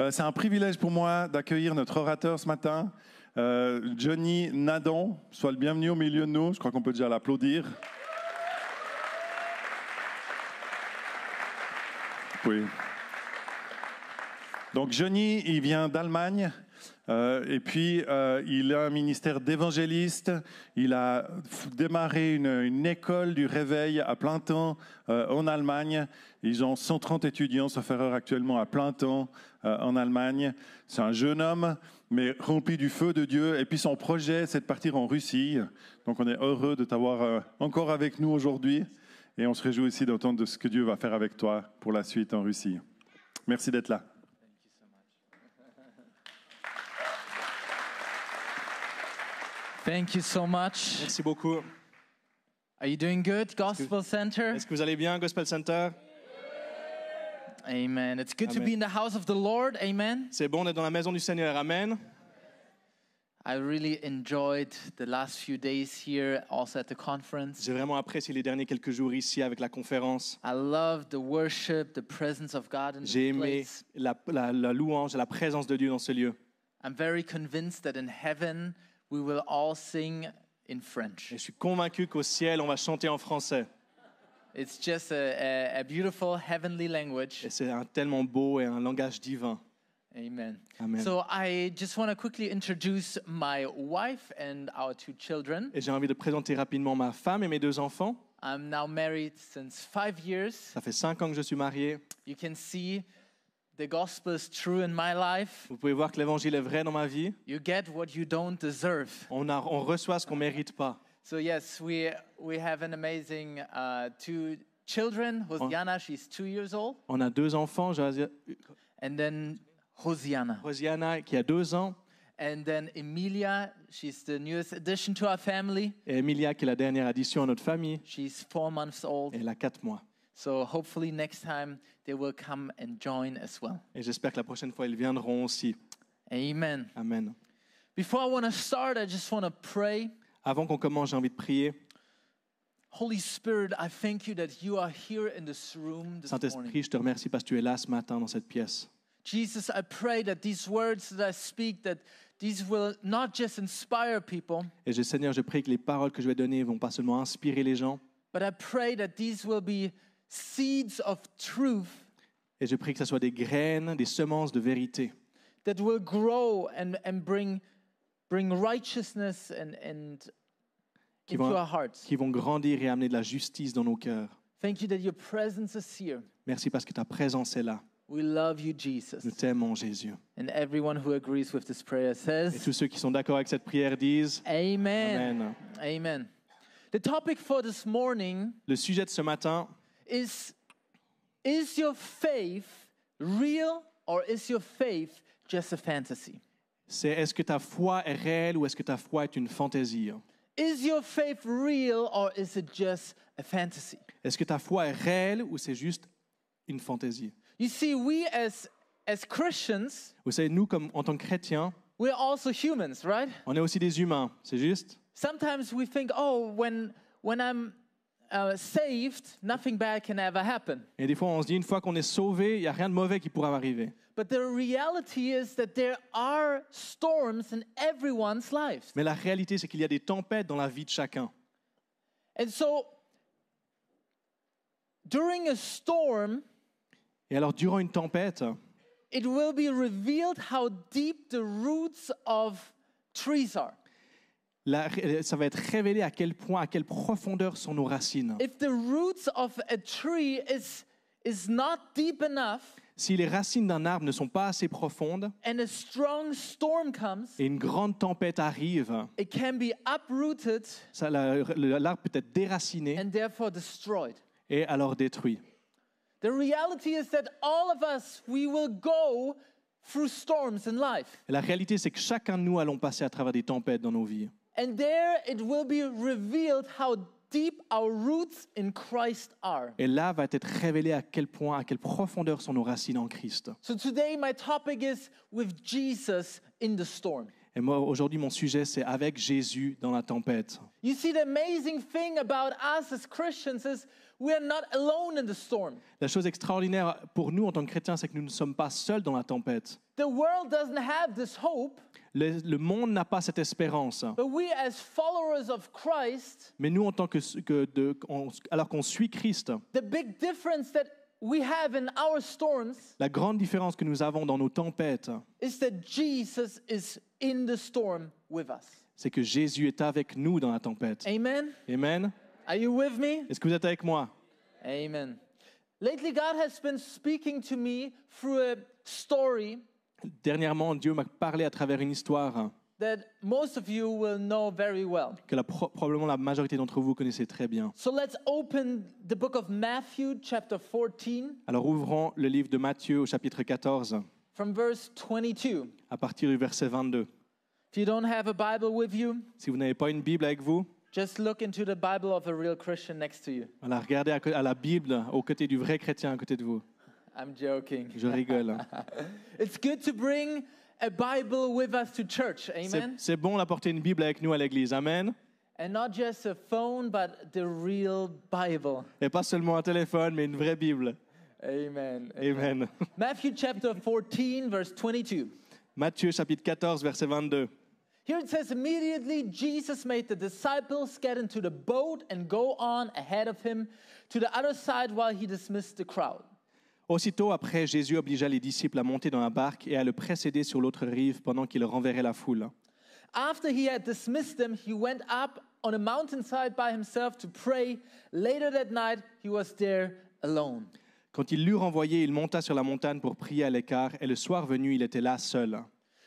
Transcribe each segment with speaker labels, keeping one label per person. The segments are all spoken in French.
Speaker 1: Euh, c'est un privilège pour moi d'accueillir notre orateur ce matin, euh, Johnny Nadon. Sois le bienvenu au milieu de nous. Je crois qu'on peut déjà l'applaudir. Oui. Donc Johnny, il vient d'Allemagne. euh, et puis, euh, il a un ministère d'évangéliste. Il a f- démarré une, une école du réveil à plein temps euh, en Allemagne. Ils ont 130 étudiants, sauf erreur, actuellement à plein temps euh, en Allemagne. C'est un jeune homme, mais rempli du feu de Dieu. Et puis, son projet, c'est de partir en Russie. Donc, on est heureux de t'avoir euh, encore avec nous aujourd'hui. Et on se réjouit aussi d'entendre de ce que Dieu va faire avec toi pour la suite en Russie. Merci d'être là.
Speaker 2: Thank you so much.
Speaker 3: Merci beaucoup.
Speaker 2: Are you doing good, Gospel Center?
Speaker 3: Est-ce que vous allez bien, Gospel Center?
Speaker 2: Amen. It's good to be
Speaker 3: Amen.
Speaker 2: in the house of the Lord. Amen.
Speaker 3: C'est bon, on est dans la maison du Seigneur. Amen.
Speaker 2: I really enjoyed the last few days here, also at the conference.
Speaker 3: J'ai vraiment apprécié les derniers quelques jours ici avec la conférence.
Speaker 2: I love the worship, the presence of God in
Speaker 3: J'ai
Speaker 2: this
Speaker 3: aimé
Speaker 2: place.
Speaker 3: la, la- la louange et la présence de Dieu dans ce lieu.
Speaker 2: I'm very convinced that in heaven we will all sing in French.
Speaker 3: Et je suis convaincu qu'au ciel, on va chanter en français.
Speaker 2: It's just a, a, a beautiful heavenly language.
Speaker 3: Et c'est un tellement beau et un langage divin.
Speaker 2: Amen.
Speaker 3: Amen.
Speaker 2: So I just want to quickly introduce my wife and our two children.
Speaker 3: Et j'ai envie de présenter rapidement ma femme et mes deux enfants.
Speaker 2: I'm now married since five years.
Speaker 3: Ça fait cinq ans que je suis marié.
Speaker 2: You can see the gospel is true in my life.
Speaker 3: Vous pouvez voir que l'évangile est vrai dans ma vie.
Speaker 2: You get what you don't deserve.
Speaker 3: On, a- on reçoit ce qu'on mérite pas.
Speaker 2: So yes, we we have an amazing uh, two children. Hosiana, she's two years old,
Speaker 3: On a deux enfants, Josia-
Speaker 2: and then Hosiana,
Speaker 3: Rosiana qui a deux ans
Speaker 2: and then Emilia, she's the newest addition to our family.
Speaker 3: et Emilia qui est la dernière addition à notre famille.
Speaker 2: She's four months old.
Speaker 3: Elle a quatre mois.
Speaker 2: So hopefully next time they will come and join as well.
Speaker 3: Et j'espère que la prochaine fois, ils viendront aussi.
Speaker 2: Amen.
Speaker 3: Amen.
Speaker 2: Before I want to start, I just want to pray.
Speaker 3: Avant qu'on commence, j'ai envie de prier.
Speaker 2: Holy Spirit, I thank you that you are here in this room this morning.
Speaker 3: Saint-Esprit, je te remercie parce que tu es là ce matin dans cette pièce.
Speaker 2: Jesus, I pray that these words that I speak that these will not just inspire people,
Speaker 3: Et je, Seigneur, je prie que les paroles que je vais donner vont pas seulement inspirer les gens,
Speaker 2: but I pray that these will be seeds of truth
Speaker 3: et je prie que ce soit des graines, des semences de vérité
Speaker 2: that will grow and, and bring bring righteousness and, and
Speaker 3: Qui
Speaker 2: into
Speaker 3: vont-
Speaker 2: our hearts.
Speaker 3: qui vont grandir et amener de la justice dans nos cœurs.
Speaker 2: Thank you that your presence is here.
Speaker 3: Merci parce que ta présence est là.
Speaker 2: We love you,
Speaker 3: Nous
Speaker 2: Jesus.
Speaker 3: t'aimons, Jésus.
Speaker 2: And everyone who agrees with this prayer
Speaker 3: Et
Speaker 2: says,
Speaker 3: tous ceux qui sont d'accord avec cette prière disent
Speaker 2: Amen.
Speaker 3: Amen.
Speaker 2: Amen. The topic for this morning
Speaker 3: Le sujet de ce matin,
Speaker 2: is Is your faith real or is your faith just a fantasy?
Speaker 3: c'est est-ce que ta foi est réelle ou est-ce que ta foi est une fantaisie
Speaker 2: Is your faith real or is it just a fantasy?
Speaker 3: Est-ce que ta foi est réelle ou c'est juste une fantaisie
Speaker 2: You see, we as as Christians,
Speaker 3: Vous savez, nous, comme, en tant que chrétiens,
Speaker 2: we're also humans, right?
Speaker 3: on est aussi des humains, c'est juste
Speaker 2: Sometimes we think, oh, when when I'm uh, saved, nothing bad can ever happen.
Speaker 3: Et des fois, on se dit, une fois qu'on est sauvé, il n'y a rien de mauvais qui pourra m'arriver.
Speaker 2: But the reality is that there are storms in everyone's lives.
Speaker 3: Mais la réalité, c'est qu'il y a des tempêtes dans la vie de chacun.
Speaker 2: And so during a storm,
Speaker 3: Et alors, durant une tempête,
Speaker 2: it will be revealed how deep the roots of trees are.
Speaker 3: la- euh, ça va être révélé à quel point, à quelle profondeur sont nos racines.
Speaker 2: If the roots of a tree is is not deep enough
Speaker 3: Si les racines d'un arbre ne sont pas assez profondes
Speaker 2: and a strong storm comes,
Speaker 3: et une grande tempête arrive,
Speaker 2: it can be uprooted
Speaker 3: ça, la- le- l'arbre peut être déraciné
Speaker 2: and therefore destroyed.
Speaker 3: et alors détruit.
Speaker 2: The reality is that all of us we will go through storms in life.
Speaker 3: Et la réalité, c'est que chacun de nous allons passer à travers des tempêtes dans nos vies.
Speaker 2: And there it will be revealed how deep our roots in Christ are.
Speaker 3: Et là va être révélé à quel point, à quelle profondeur sont nos racines en Christ.
Speaker 2: So today my topic is with Jesus in the storm.
Speaker 3: Et moi, aujourd'hui, mon sujet, c'est avec Jésus dans la tempête.
Speaker 2: You see, the amazing thing about us as Christians is we are not alone in the storm.
Speaker 3: La chose extraordinaire pour nous en tant que chrétiens, c'est que nous ne sommes pas seuls dans la tempête.
Speaker 2: The world doesn't have this hope,
Speaker 3: Le, le monde n'a pas cette espérance.
Speaker 2: but we, as followers of Christ,
Speaker 3: Mais nous, en tant que, que de- qu'on- alors qu'on suit Christ,
Speaker 2: the big difference that we have in our storms
Speaker 3: la grande différence que nous avons dans nos tempêtes,
Speaker 2: is that Jesus is in the storm with us.
Speaker 3: c'est que Jésus est avec nous dans la tempête.
Speaker 2: Amen?
Speaker 3: Amen.
Speaker 2: Are you with me?
Speaker 3: Est-ce que vous êtes avec moi
Speaker 2: Amen. Lately, God has been speaking to me through a story
Speaker 3: Dernièrement, Dieu m'a parlé à travers une histoire
Speaker 2: that most of you will know very well.
Speaker 3: que la pro- probablement la majorité d'entre vous connaissez très bien.
Speaker 2: So let's open the book of Matthew, chapter 14,
Speaker 3: Alors ouvrons le livre de Matthieu au chapitre 14,
Speaker 2: from verse 22.
Speaker 3: à partir du verset 22.
Speaker 2: If you don't have a Bible with you,
Speaker 3: Si vous n'avez pas une Bible avec vous,
Speaker 2: just look into the Bible of a real Christian next to you.
Speaker 3: voilà, regardez à, co- à la Bible au côté du vrai chrétien à côté de vous.
Speaker 2: I'm joking.
Speaker 3: Je rigole.
Speaker 2: It's good to bring a Bible with us to church,
Speaker 3: C'est-
Speaker 2: amen?
Speaker 3: C'est bon d'apporter une Bible avec nous à l'église. Amen.
Speaker 2: And not just a phone, but the real Bible.
Speaker 3: Et pas seulement un téléphone, mais une vraie Bible.
Speaker 2: Amen.
Speaker 3: Amen.
Speaker 2: Matthew chapter 14, verse 22.
Speaker 3: Matthieu chapitre 14, verset 22.
Speaker 2: Here it says, immediately Jesus made the disciples get into the boat and go on ahead of him to the other side while he dismissed the crowd.
Speaker 3: Aussitôt après, Jésus obligea les disciples à monter dans la barque et à le précéder sur l'autre rive pendant qu'il renverrait la foule.
Speaker 2: After he had dismissed them, he went up on a mountainside by himself to pray. Later that night, he was there alone.
Speaker 3: Quand il l'eut renvoyé, il monta sur la montagne pour prier à l'écart, et le soir venu, il était là seul.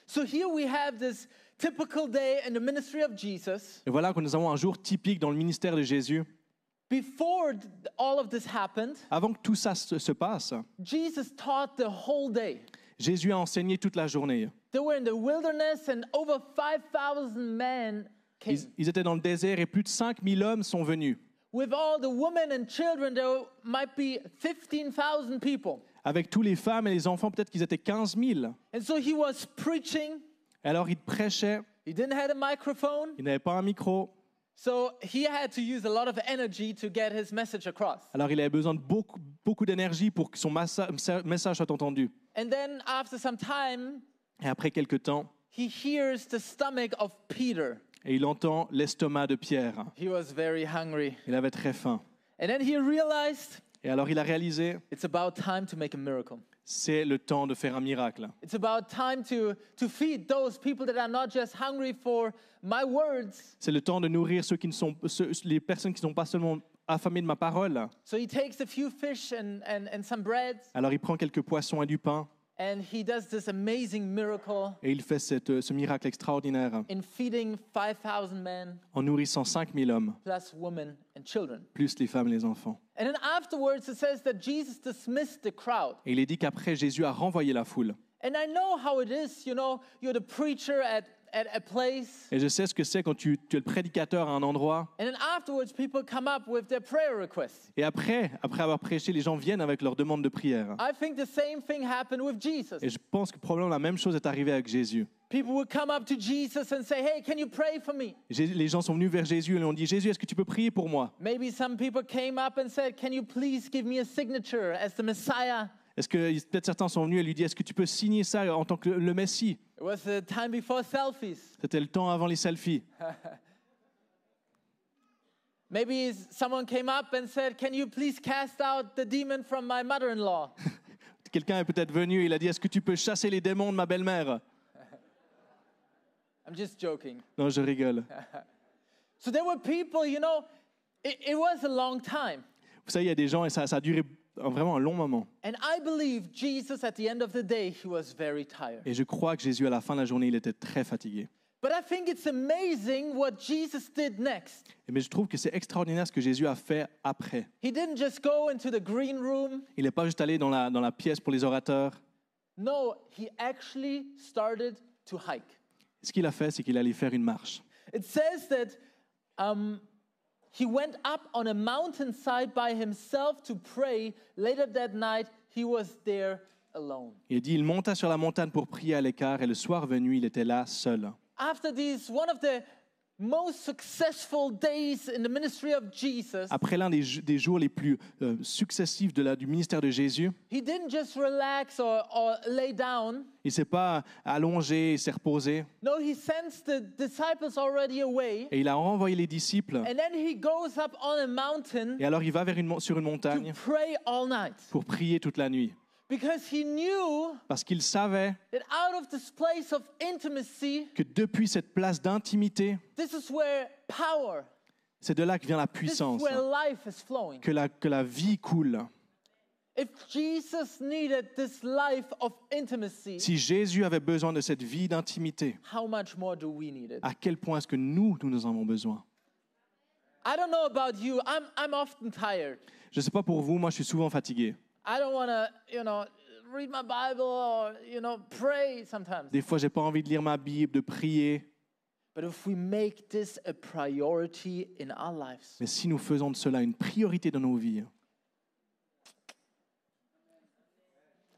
Speaker 2: So here we have this typical day in the ministry of Jesus.
Speaker 3: Et voilà que nous avons un jour typique dans le ministère de Jésus.
Speaker 2: Before th- all of this happened,
Speaker 3: Avant que tout ça se se passe,
Speaker 2: Jesus taught the whole day.
Speaker 3: Jésus a enseigné toute la journée.
Speaker 2: They were in the wilderness, and over 5,000 men came.
Speaker 3: Ils, ils étaient dans le désert et plus de 5000 hommes sont venus.
Speaker 2: With all the women and children, there might be 15,000 people.
Speaker 3: Avec tous les femmes et les enfants, peut-être qu'ils étaient 15 000.
Speaker 2: And so he was preaching.
Speaker 3: Alors il prêchait,
Speaker 2: He didn't have a microphone,
Speaker 3: il n'avait pas un micro,
Speaker 2: so he had to use a lot of energy to get his message across.
Speaker 3: alors il avait besoin de beaucoup, beaucoup d'énergie pour que son massa- messa- message soit entendu.
Speaker 2: And then after some time,
Speaker 3: Et après quelque temps,
Speaker 2: he hears the stomach of Peter.
Speaker 3: et il entend l'estomac de Pierre.
Speaker 2: He was very hungry.
Speaker 3: Il avait très faim.
Speaker 2: And then he realized
Speaker 3: Et alors il a réalisé,
Speaker 2: it's about time to make a miracle.
Speaker 3: c'est le temps de faire un miracle.
Speaker 2: It's about time to, to feed those people that are not just hungry for my words.
Speaker 3: C'est le temps de nourrir ceux qui ne sont, ceux- les personnes qui ne sont pas seulement affamées de ma parole.
Speaker 2: So he takes a few fish and, and, and some bread.
Speaker 3: Alors il prend quelques poissons et du pain,
Speaker 2: And he does this amazing miracle
Speaker 3: et il fait cette- ce miracle extraordinaire
Speaker 2: in feeding 5,000 men
Speaker 3: en nourrissant 5000 hommes,
Speaker 2: plus women and children.
Speaker 3: plus les femmes et les enfants.
Speaker 2: And then afterwards, it says that Jesus dismissed the crowd.
Speaker 3: Et il est dit qu'après, Jésus a renvoyé la foule.
Speaker 2: And I know how it is, you know, you're the preacher at, at a place,
Speaker 3: Et je sais ce que c'est quand tu, tu es le prédicateur à un endroit.
Speaker 2: and then afterwards, people come up with their prayer requests.
Speaker 3: Et après, après avoir prêché, les gens viennent avec leur demande de prière.
Speaker 2: I think the same thing happened with Jesus.
Speaker 3: Et je pense que probablement la même chose est arrivée avec Jésus.
Speaker 2: People would come up to Jesus and say, Hey, can you pray for me?
Speaker 3: Jé- Les gens sont venus vers Jésus et lui ont dit, Jésus, est-ce que tu peux prier pour moi
Speaker 2: Maybe some people came up and said, Can you please give me a signature as the Messiah?
Speaker 3: Est-ce que peut-être certains sont venus et lui dit, est-ce que tu peux signer ça en tant que le- le Messie
Speaker 2: It was the time before selfies.
Speaker 3: C'était le temps avant les selfies.
Speaker 2: Maybe s- someone came up and said, Can you please cast out the demon from my mother in law?
Speaker 3: Quelqu'un est peut-être venu et il a dit, est-ce que tu peux chasser les démons de ma belle-mère
Speaker 2: I'm just joking.
Speaker 3: Non, je rigole.
Speaker 2: So there were people, you know, it, it was a long time.
Speaker 3: Vous savez, il y a des gens et ça, ça a duré un- vraiment un long moment.
Speaker 2: And I believe Jesus, at the end of the day, he was very tired.
Speaker 3: Et je crois que Jésus, à la fin de la journée, il était très fatigué.
Speaker 2: But I think it's amazing what Jesus did next.
Speaker 3: Et Mais je trouve que c'est extraordinaire ce que Jésus a fait après.
Speaker 2: He didn't just go into the green room,
Speaker 3: Il n'est pas juste allé dans la, dans la pièce pour les orateurs.
Speaker 2: no, he actually started to hike.
Speaker 3: Ce qu'il a fait, c'est qu'il allait faire une marche.
Speaker 2: It says that um, he went up on a mountainside by himself to pray. Later that night, he was there alone.
Speaker 3: Il dit, il monta sur la montagne pour prier à l'écart et le soir venu, il était là seul.
Speaker 2: after these, one of the most successful days in the ministry of Jesus,
Speaker 3: Après l'un des, ju- des jours les plus euh, successifs de la- du ministère de Jésus,
Speaker 2: he didn't just relax or, or lay down.
Speaker 3: il s'est pas allongé, il s'est reposé,
Speaker 2: No, he sends the disciples already away.
Speaker 3: et il a renvoyé les disciples.
Speaker 2: And then he goes up on a mountain
Speaker 3: Et alors il va vers une, mon- sur une montagne
Speaker 2: to pray all night
Speaker 3: pour prier toute la nuit,
Speaker 2: because he knew
Speaker 3: parce qu'il savait
Speaker 2: that out of this place of intimacy,
Speaker 3: que depuis cette place d'intimité,
Speaker 2: this is where power,
Speaker 3: c'est de là que vient la
Speaker 2: this is
Speaker 3: puissance,
Speaker 2: where
Speaker 3: hein,
Speaker 2: life is flowing.
Speaker 3: que la, que la vie coule.
Speaker 2: If Jesus needed this life of intimacy,
Speaker 3: Si Jésus avait besoin de cette vie d'intimité,
Speaker 2: how much more do we need it?
Speaker 3: à quel point est-ce que nous, nous, nous en avons besoin
Speaker 2: I don't know about you. I'm, I'm often tired.
Speaker 3: Je ne sais pas pour vous, moi je suis souvent fatigué.
Speaker 2: I don't want to, you know, read my Bible or, you know, pray sometimes.
Speaker 3: Des fois, j'ai pas envie de lire ma Bible, de prier.
Speaker 2: But if we make this a priority in our lives,
Speaker 3: Mais si nous faisons de cela une priorité dans nos vies,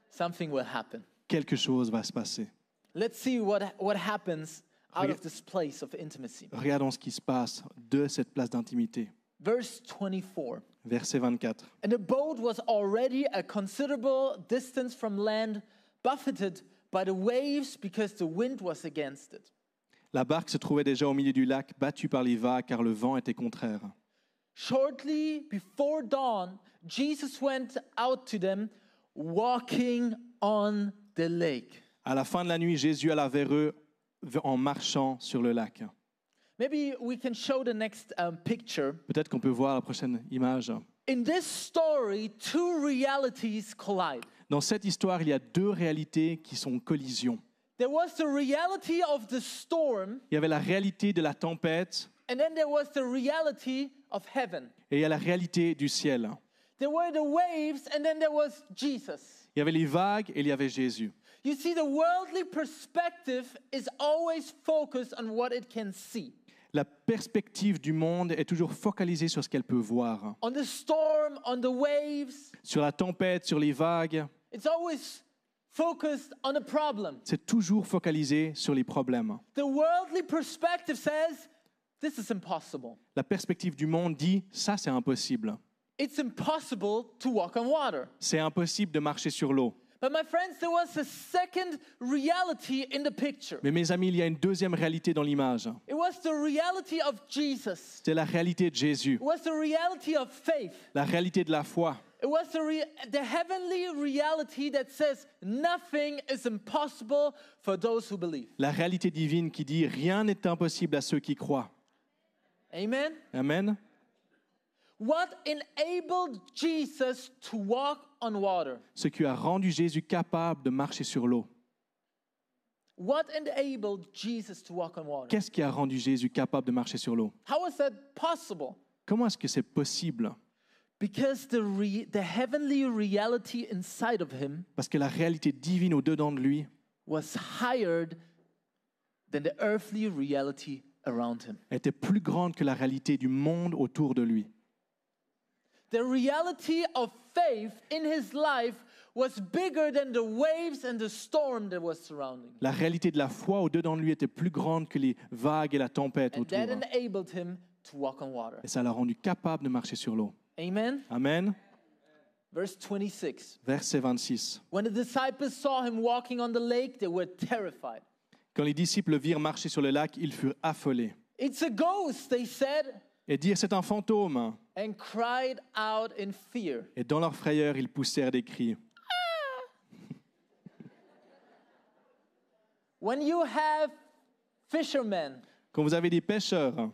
Speaker 2: something will happen.
Speaker 3: quelque chose va se passer.
Speaker 2: Let's see what, what happens out
Speaker 3: Rega-
Speaker 2: of this place of intimacy.
Speaker 3: Regardons ce qui se passe de cette place d'intimité.
Speaker 2: Verse 24.
Speaker 3: Verset 24.
Speaker 2: And the boat was already a considerable distance from land, buffeted by the waves because the wind was against it.
Speaker 3: La barque se trouvait déjà au milieu du lac, battue par les vagues, car le vent était contraire.
Speaker 2: Shortly before dawn, Jesus went out to them walking on the lake.
Speaker 3: À la fin de la nuit, Jésus alla vers eux en marchant sur le lac.
Speaker 2: Maybe we can show the next um, picture.
Speaker 3: Peut-être qu'on peut voir la prochaine image.
Speaker 2: In this story, two realities collide.
Speaker 3: Dans cette histoire, il y a deux réalités qui sont en collision.
Speaker 2: There was the reality of the storm,
Speaker 3: Il y avait la réalité de la tempête
Speaker 2: and then there was the reality of heaven.
Speaker 3: et il y a la réalité du ciel.
Speaker 2: There were the waves, and then there was Jesus.
Speaker 3: Il y avait les vagues et il y avait Jésus.
Speaker 2: You see, the worldly perspective is always focused on what it can see,
Speaker 3: La perspective du monde est toujours focalisée sur ce qu'elle peut voir,
Speaker 2: on the storm, on the waves.
Speaker 3: sur la tempête, sur les vagues.
Speaker 2: It's always focused on the problem.
Speaker 3: C'est toujours focalisé sur les problèmes.
Speaker 2: The worldly perspective says, this is impossible.
Speaker 3: La perspective du monde dit ça c'est impossible.
Speaker 2: It's impossible to walk on water.
Speaker 3: C'est impossible de marcher sur l'eau.
Speaker 2: But my friends, there was a second reality in the picture.
Speaker 3: Mais mes amis, il y a une deuxième réalité dans l'image.
Speaker 2: It was the reality of Jesus.
Speaker 3: C'est la réalité de Jésus,
Speaker 2: It was the reality of faith.
Speaker 3: la réalité de la foi,
Speaker 2: It was the, rea- the heavenly reality that says nothing is impossible for those who believe.
Speaker 3: la réalité divine qui dit rien n'est impossible à ceux qui croient.
Speaker 2: Amen?
Speaker 3: Amen.
Speaker 2: What enabled Jesus to walk on water?
Speaker 3: Ce qui a rendu Jésus capable de marcher sur l'eau.
Speaker 2: What enabled Jesus to walk on water?
Speaker 3: Qu'est-ce qui a rendu Jésus capable de marcher sur l'eau
Speaker 2: How is that possible?
Speaker 3: Comment est-ce que c'est possible
Speaker 2: Because the, re- the heavenly reality inside of him
Speaker 3: Parce que la réalité divine au-dedans de lui,
Speaker 2: was higher than the earthly reality around him.
Speaker 3: était plus grande que la réalité du monde autour de lui.
Speaker 2: The reality of faith in his life was bigger than the waves and the storm that was surrounding him.
Speaker 3: La réalité de la foi au-dedans de lui était plus grande que les vagues et la tempête
Speaker 2: And
Speaker 3: autour.
Speaker 2: that
Speaker 3: Et
Speaker 2: enabled him to walk on water.
Speaker 3: ça l'a rendu capable de marcher sur l'eau.
Speaker 2: Amen.
Speaker 3: Amen.
Speaker 2: Verse 26.
Speaker 3: Verset 26.
Speaker 2: When the disciples saw him walking on the lake, they were terrified.
Speaker 3: Quand les disciples le virent marcher sur le lac, ils furent affolés.
Speaker 2: It's a ghost, they said,
Speaker 3: Et dirent, c'est un fantôme.
Speaker 2: and cried out in fear.
Speaker 3: Et dans leur frayeur, ils poussèrent des cris.
Speaker 2: When you have fishermen
Speaker 3: Quand vous avez des pêcheurs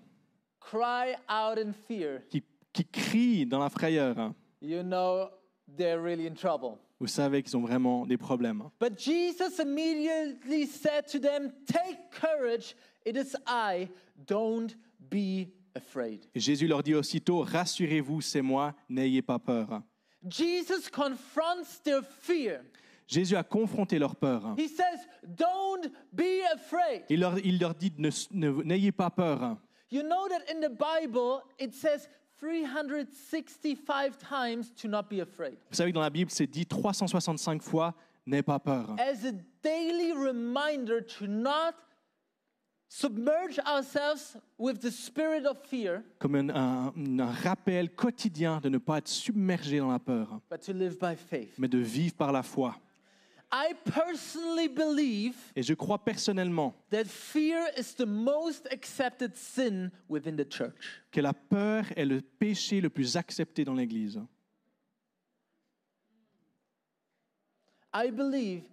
Speaker 2: cry out in fear,
Speaker 3: qui, qui crient dans la frayeur,
Speaker 2: you know they're really in trouble.
Speaker 3: vous savez qu'ils ont vraiment des problèmes.
Speaker 2: But Jesus immediately said to them, Take courage, it is I, don't be afraid.
Speaker 3: Et Jésus leur dit aussitôt, rassurez-vous, c'est moi, n'ayez pas peur.
Speaker 2: Jesus confronts their fear.
Speaker 3: Jésus a confronté leur peur.
Speaker 2: He says, Don't be afraid.
Speaker 3: Il leur, il leur dit, Ne- ne- n'ayez pas peur.
Speaker 2: You know that in the Bible it says 365 times to not be afraid.
Speaker 3: Vous savez que dans la Bible, c'est dit 365 fois, n'aie pas peur.
Speaker 2: As a daily reminder to not submerge ourselves with the spirit of fear,
Speaker 3: comme un, un- un rappel quotidien de ne pas être submergé dans la peur,
Speaker 2: but to live by faith.
Speaker 3: mais de vivre par la foi.
Speaker 2: I personally believe
Speaker 3: Et je crois personnellement
Speaker 2: that fear is the most accepted sin within the church.
Speaker 3: que la peur est le péché le plus accepté dans l'Église.
Speaker 2: I believe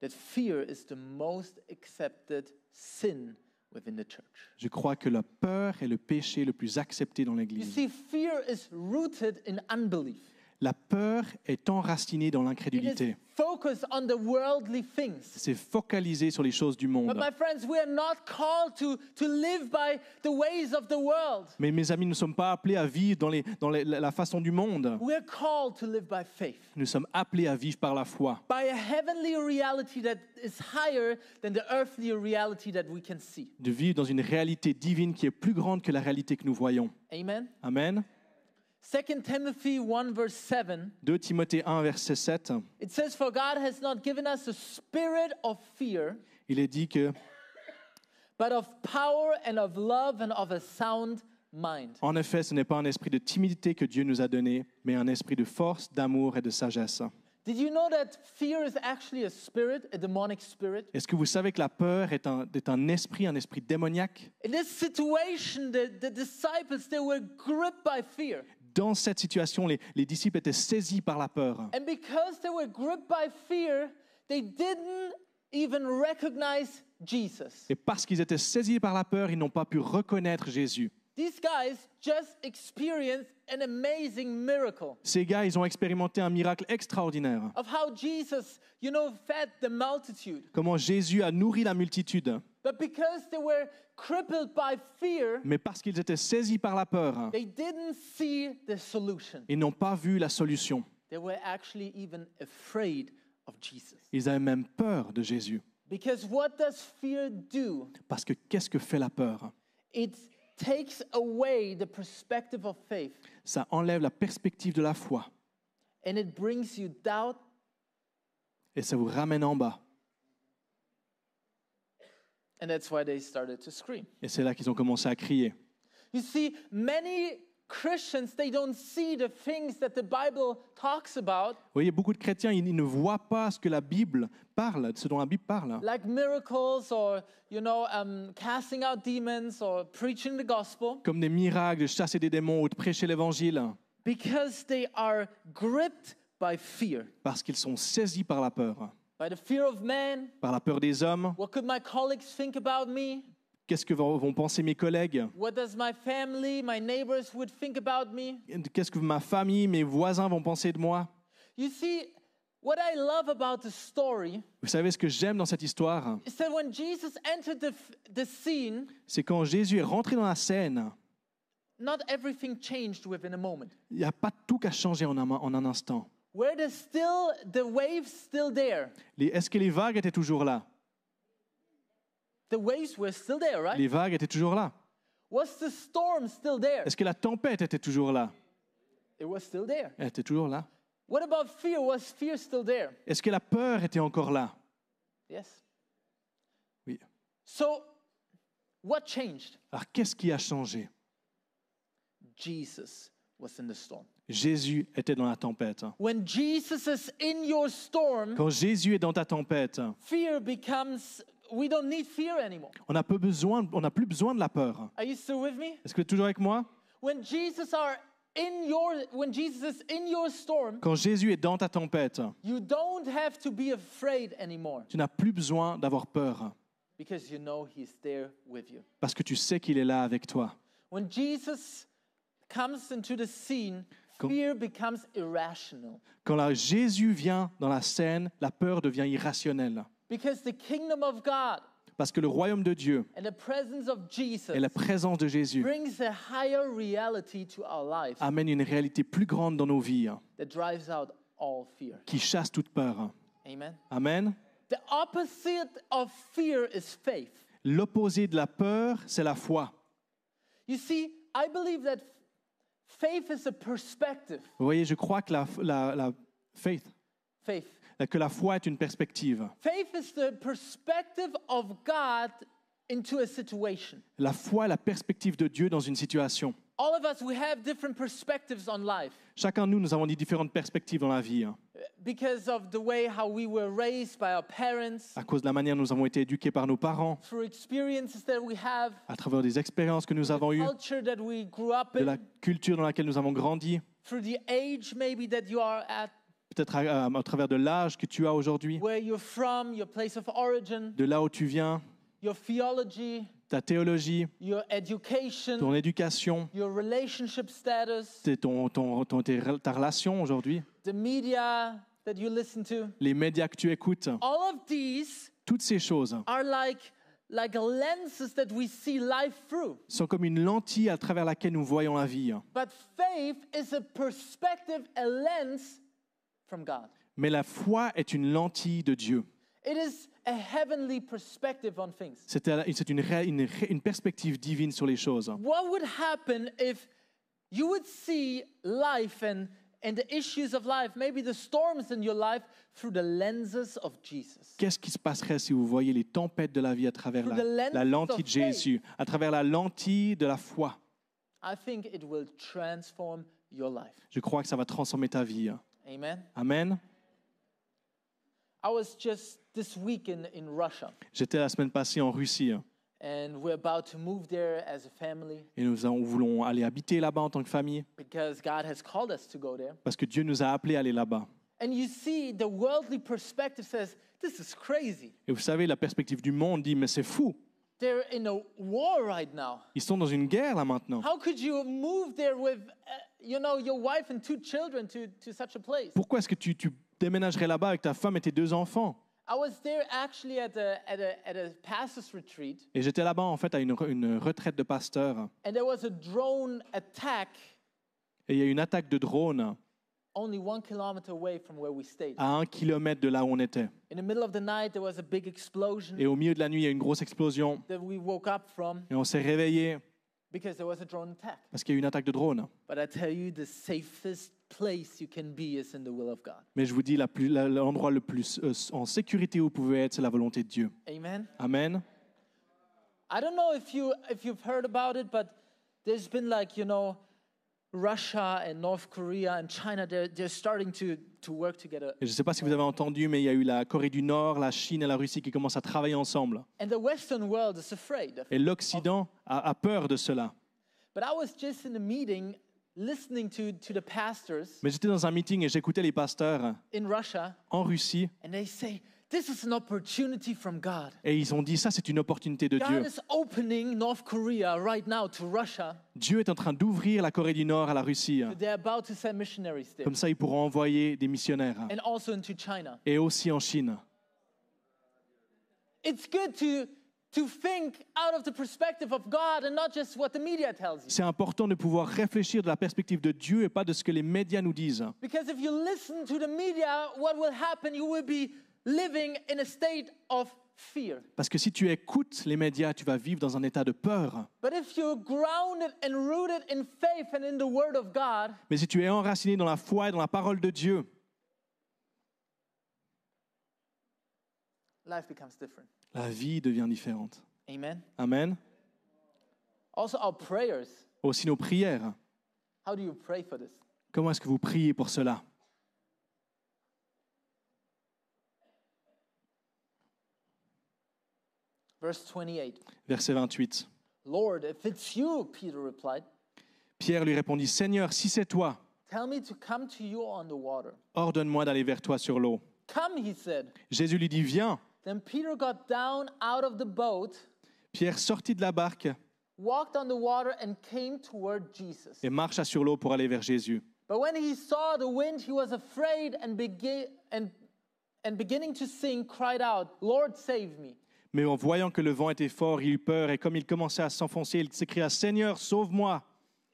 Speaker 2: that fear is the most accepted sin within the church.
Speaker 3: Je crois que la peur est le péché le plus accepté dans
Speaker 2: You
Speaker 3: l'Église.
Speaker 2: see, fear is rooted in unbelief.
Speaker 3: La peur est enracinée dans
Speaker 2: It is
Speaker 3: l'incrédulité.
Speaker 2: focused on the worldly things.
Speaker 3: C'est focalisé sur les choses du
Speaker 2: But
Speaker 3: monde.
Speaker 2: my friends, we are not called to, to live by the ways of the world.
Speaker 3: Mais mes amis, nous ne sommes pas appelés à vivre dans, les- dans les- la la façon du monde.
Speaker 2: We are called to live by faith,
Speaker 3: Nous sommes appelés à vivre par la foi,
Speaker 2: by a heavenly reality that is higher than the earthly reality that we can see.
Speaker 3: de vivre dans une réalité divine qui est plus grande que la réalité que nous voyons.
Speaker 2: Amen.
Speaker 3: Amen.
Speaker 2: 2 Timothy 1, verse 7,
Speaker 3: 2 Timothée 1, verset 7,
Speaker 2: it says, For God has not given us a spirit of fear,
Speaker 3: il est dit que
Speaker 2: but of power and of love and of a sound mind.
Speaker 3: En effet, ce n'est pas un esprit de timidité que Dieu nous a donné, mais un esprit de force, d'amour et de sagesse.
Speaker 2: Did you know that fear is actually a spirit, a demonic spirit?
Speaker 3: Est-ce que vous savez que la peur est un, est un esprit, un esprit démoniaque
Speaker 2: In this situation, the, the disciples, they were gripped by fear.
Speaker 3: Dans cette situation, les, les disciples étaient saisis par la peur.
Speaker 2: And because they were gripped by fear, they didn't even recognize Jesus.
Speaker 3: Et parce qu'ils étaient saisis par la peur, ils n'ont pas pu reconnaître Jésus.
Speaker 2: These guys just experienced an amazing miracle
Speaker 3: Ces gars, ils ont expérimenté un miracle extraordinaire.
Speaker 2: of how Jesus, you know, fed the multitude.
Speaker 3: Comment Jésus a nourri la multitude.
Speaker 2: But because they were crippled by fear,
Speaker 3: Mais parce qu'ils étaient saisis par la peur,
Speaker 2: they didn't see the solution.
Speaker 3: ils n'ont pas vu la solution.
Speaker 2: They were actually even afraid of Jesus.
Speaker 3: Ils avaient même peur de Jésus.
Speaker 2: Because what does fear do?
Speaker 3: Parce que qu'est-ce que fait la peur
Speaker 2: It takes away the perspective of faith
Speaker 3: ça enlève la perspective de la foi
Speaker 2: and it brings you doubt
Speaker 3: et ça vous ramène en bas.
Speaker 2: And that's why they started to scream.
Speaker 3: Et c'est là qu'ils ont commencé à crier.
Speaker 2: You see, many Christians, they don't see the things that the Bible talks about,
Speaker 3: Vous voyez, beaucoup de chrétiens, ils ils ne voient pas ce que la Bible parle, ce dont la Bible parle,
Speaker 2: like miracles or, you know, um, casting out demons or preaching the gospel,
Speaker 3: comme des miracles de chasser des démons ou de prêcher l'évangile,
Speaker 2: because they are gripped by fear,
Speaker 3: parce qu'ils sont saisis par la peur,
Speaker 2: by the fear of man.
Speaker 3: par la peur des hommes.
Speaker 2: What could my colleagues think about me?
Speaker 3: Qu'est-ce que vont vont penser mes collègues
Speaker 2: What does my family, my neighbors would think about me?
Speaker 3: Qu'est-ce que ma famille, mes voisins vont penser de moi
Speaker 2: You see, what I love about the story
Speaker 3: Vous savez ce que j'aime dans cette histoire
Speaker 2: is that when Jesus entered the, f- the scene,
Speaker 3: C'est quand Jésus est rentré dans la scène,
Speaker 2: not everything changed within a moment.
Speaker 3: il n'y a pas tout qui a changé en un- en un instant.
Speaker 2: Were there still the waves still there?
Speaker 3: Les- Est-ce que les vagues étaient toujours là
Speaker 2: The waves were still there, right?
Speaker 3: Les vagues étaient toujours là.
Speaker 2: Was the storm still there?
Speaker 3: Est-ce que la tempête était toujours là
Speaker 2: It was still there.
Speaker 3: Elle était toujours là.
Speaker 2: What about fear? Was fear still there?
Speaker 3: Est-ce que la peur était encore là
Speaker 2: Yes.
Speaker 3: Oui.
Speaker 2: So, what changed?
Speaker 3: Alors qu'est-ce qui a changé
Speaker 2: Jesus was in the storm.
Speaker 3: Jésus était dans la tempête. hein.
Speaker 2: When Jesus is in your storm,
Speaker 3: Quand Jésus est dans ta tempête, hein,
Speaker 2: fear becomes we don't need fear anymore.
Speaker 3: on n'a peu besoin, on n'a plus besoin de la peur.
Speaker 2: Are you still with me?
Speaker 3: Est-ce que vous êtes toujours avec moi
Speaker 2: When Jesus are in your when Jesus is in your storm,
Speaker 3: Quand Jésus est dans ta tempête, hein,
Speaker 2: You don't have to be afraid anymore
Speaker 3: tu n'as plus besoin d'avoir peur hein,
Speaker 2: because you know He's there with you.
Speaker 3: parce que tu sais qu'il est là avec toi.
Speaker 2: When Jesus comes into the scene,
Speaker 3: Go-
Speaker 2: fear becomes irrational
Speaker 3: Quand la- Jésus vient dans la scène, la peur devient irrationnelle
Speaker 2: because the kingdom of God
Speaker 3: parce que le royaume de Dieu
Speaker 2: and the presence of Jesus
Speaker 3: et la présence de Jésus
Speaker 2: brings a higher reality to our life
Speaker 3: amène une réalité plus grande dans nos vies hein,
Speaker 2: that drives out all fear.
Speaker 3: qui chasse toute peur. hein.
Speaker 2: Amen.
Speaker 3: Amen.
Speaker 2: The opposite of fear is faith.
Speaker 3: L'opposé de la peur, c'est la foi.
Speaker 2: You see, I believe that faith is a perspective.
Speaker 3: Vous voyez, je crois que la, la- la- faith,
Speaker 2: Faith.
Speaker 3: que la foi est une perspective.
Speaker 2: Faith is the perspective of God into a situation.
Speaker 3: La foi est la perspective de Dieu dans une situation.
Speaker 2: All of us, we have different perspectives on life
Speaker 3: Chacun de nous, nous avons des différentes perspectives dans la vie, hein,
Speaker 2: because of the way how we were raised by our parents,
Speaker 3: à cause de la manière dont nous avons été éduqués par nos parents,
Speaker 2: through experiences that we have,
Speaker 3: à travers des expériences que nous avons eues,
Speaker 2: culture that we grew up
Speaker 3: de
Speaker 2: in,
Speaker 3: la culture dans laquelle nous avons grandi,
Speaker 2: through the age maybe that you are at,
Speaker 3: peut-être à, à- à travers de l'âge que tu as aujourd'hui,
Speaker 2: where you're from, your place of origin,
Speaker 3: de là où tu viens,
Speaker 2: your theology,
Speaker 3: ta théologie,
Speaker 2: your education,
Speaker 3: ton éducation,
Speaker 2: your relationship status,
Speaker 3: tes- ton- ton- ton- tes rel- ta relation aujourd'hui,
Speaker 2: the media that you listen to.
Speaker 3: les médias que tu écoutes,
Speaker 2: All of these
Speaker 3: toutes ces choses
Speaker 2: are like like lenses that we see life through.
Speaker 3: sont comme une lentille à travers laquelle nous voyons la vie.
Speaker 2: But faith is a perspective, a lens from God.
Speaker 3: Mais la foi est une lentille de Dieu.
Speaker 2: It is a heavenly perspective on things.
Speaker 3: C'est un- c'est une, ré- une ré- une perspective divine sur les choses.
Speaker 2: What would happen if you would see life and and the issues of life, maybe the storms in your life, through the lenses of Jesus?
Speaker 3: Qu'est-ce qui se passerait si vous voyez les tempêtes de la vie à travers
Speaker 2: Through
Speaker 3: la,
Speaker 2: the lens
Speaker 3: la lentille
Speaker 2: of
Speaker 3: de Jésus, à travers la lentille de la foi
Speaker 2: I think it will transform your life.
Speaker 3: Je crois que ça va transformer ta vie.
Speaker 2: Amen.
Speaker 3: Amen.
Speaker 2: I was just this week in, in Russia,
Speaker 3: J'étais la semaine passée en Russie
Speaker 2: and we're about to move there as a family
Speaker 3: et nous en- voulons aller habiter là-bas en tant que famille
Speaker 2: because God has called us to go there.
Speaker 3: parce que Dieu nous a appelés à aller là-bas.
Speaker 2: And you see, the worldly perspective says, This is crazy.
Speaker 3: Et vous savez, la perspective du monde dit, mais c'est fou,
Speaker 2: They're in a war right now.
Speaker 3: ils sont dans une guerre là maintenant.
Speaker 2: How could you move there with, uh, you know, your wife and two children to, to such a place?
Speaker 3: Pourquoi est-ce que tu, tu déménagerais là-bas avec ta femme et tes deux enfants
Speaker 2: I was there actually at a, at a, at a pastor's retreat,
Speaker 3: Et j'étais là-bas en fait à une, re- une retraite de pasteur
Speaker 2: and there was a drone attack
Speaker 3: et il y a eu une attaque de drone
Speaker 2: only one kilometer away from where we stayed.
Speaker 3: à un kilomètre de là où on était.
Speaker 2: In the middle of the night, there was a big explosion
Speaker 3: Et au milieu de la nuit, il y a eu une grosse explosion
Speaker 2: that we woke up from
Speaker 3: et on s'est réveillé
Speaker 2: because there was a drone attack.
Speaker 3: parce qu'il y a eu une attaque de drone.
Speaker 2: But I tell you, the safest place you can be is in the will of God.
Speaker 3: Mais je vous dis, la plus- la- l'endroit le plus euh, en sécurité où vous pouvez être, c'est la volonté de Dieu.
Speaker 2: Amen.
Speaker 3: Amen.
Speaker 2: I don't know if you if you've heard about it, but there's been like you know, Russia and North Korea and China. They're they're starting to to work together,
Speaker 3: Et je ne sais pas si vous avez entendu, mais il y a eu la Corée du Nord, la Chine et la Russie qui commencent à travailler ensemble.
Speaker 2: and the Western world is afraid. Of
Speaker 3: Et l'Occident a, a peur de cela.
Speaker 2: But I was just in a meeting, listening to to the pastors
Speaker 3: Mais j'étais dans un meeting et j'écoutais les pasteurs
Speaker 2: in Russia,
Speaker 3: en Russie
Speaker 2: and they say this is an opportunity from God.
Speaker 3: et ils ont dit ça, c'est une opportunité de Dieu.
Speaker 2: God is opening North Korea right now to Russia.
Speaker 3: Dieu est en train d'ouvrir la Corée du Nord à la Russie.
Speaker 2: They're about to send missionaries there,
Speaker 3: Comme ça, ils pourront envoyer des missionnaires.
Speaker 2: and also into China.
Speaker 3: Et aussi en Chine.
Speaker 2: it's good to to think out of the perspective of God and not just what the media tells you.
Speaker 3: C'est important de pouvoir réfléchir de la perspective de Dieu et pas de ce que les médias nous disent.
Speaker 2: Because if you listen to the media, what will happen? You will be living in a state of fear.
Speaker 3: Parce que si tu écoutes les médias, tu vas vivre dans un état de peur.
Speaker 2: But if you're grounded and rooted in faith and in the word of God,
Speaker 3: Mais si tu es enraciné dans la foi et dans la parole de Dieu,
Speaker 2: life becomes different.
Speaker 3: la vie devient différente.
Speaker 2: Amen.
Speaker 3: Amen.
Speaker 2: Also our prayers.
Speaker 3: Aussi nos prières.
Speaker 2: How do you pray for this?
Speaker 3: Comment est-ce que vous priez pour cela
Speaker 2: Verse 28.
Speaker 3: Verset 28.
Speaker 2: Lord, if it's you, Peter replied,
Speaker 3: Pierre lui répondit, Seigneur, si c'est toi,
Speaker 2: tell me to come to you on the water.
Speaker 3: ordonne-moi d'aller vers toi sur l'eau.
Speaker 2: Come, he said.
Speaker 3: Jésus lui dit, viens.
Speaker 2: Then Peter got down out of the boat.
Speaker 3: Pierre sortit de la barque
Speaker 2: walked on the water and came toward Jesus.
Speaker 3: et marcha sur l'eau pour aller vers Jésus.
Speaker 2: But when he saw the wind, he was afraid and, begi- and, and beginning to sink, cried out, Lord, save me.
Speaker 3: Mais en voyant que le vent était fort, il eut peur et comme il commençait à s'enfoncer, il s'écria, Seigneur, sauve-moi.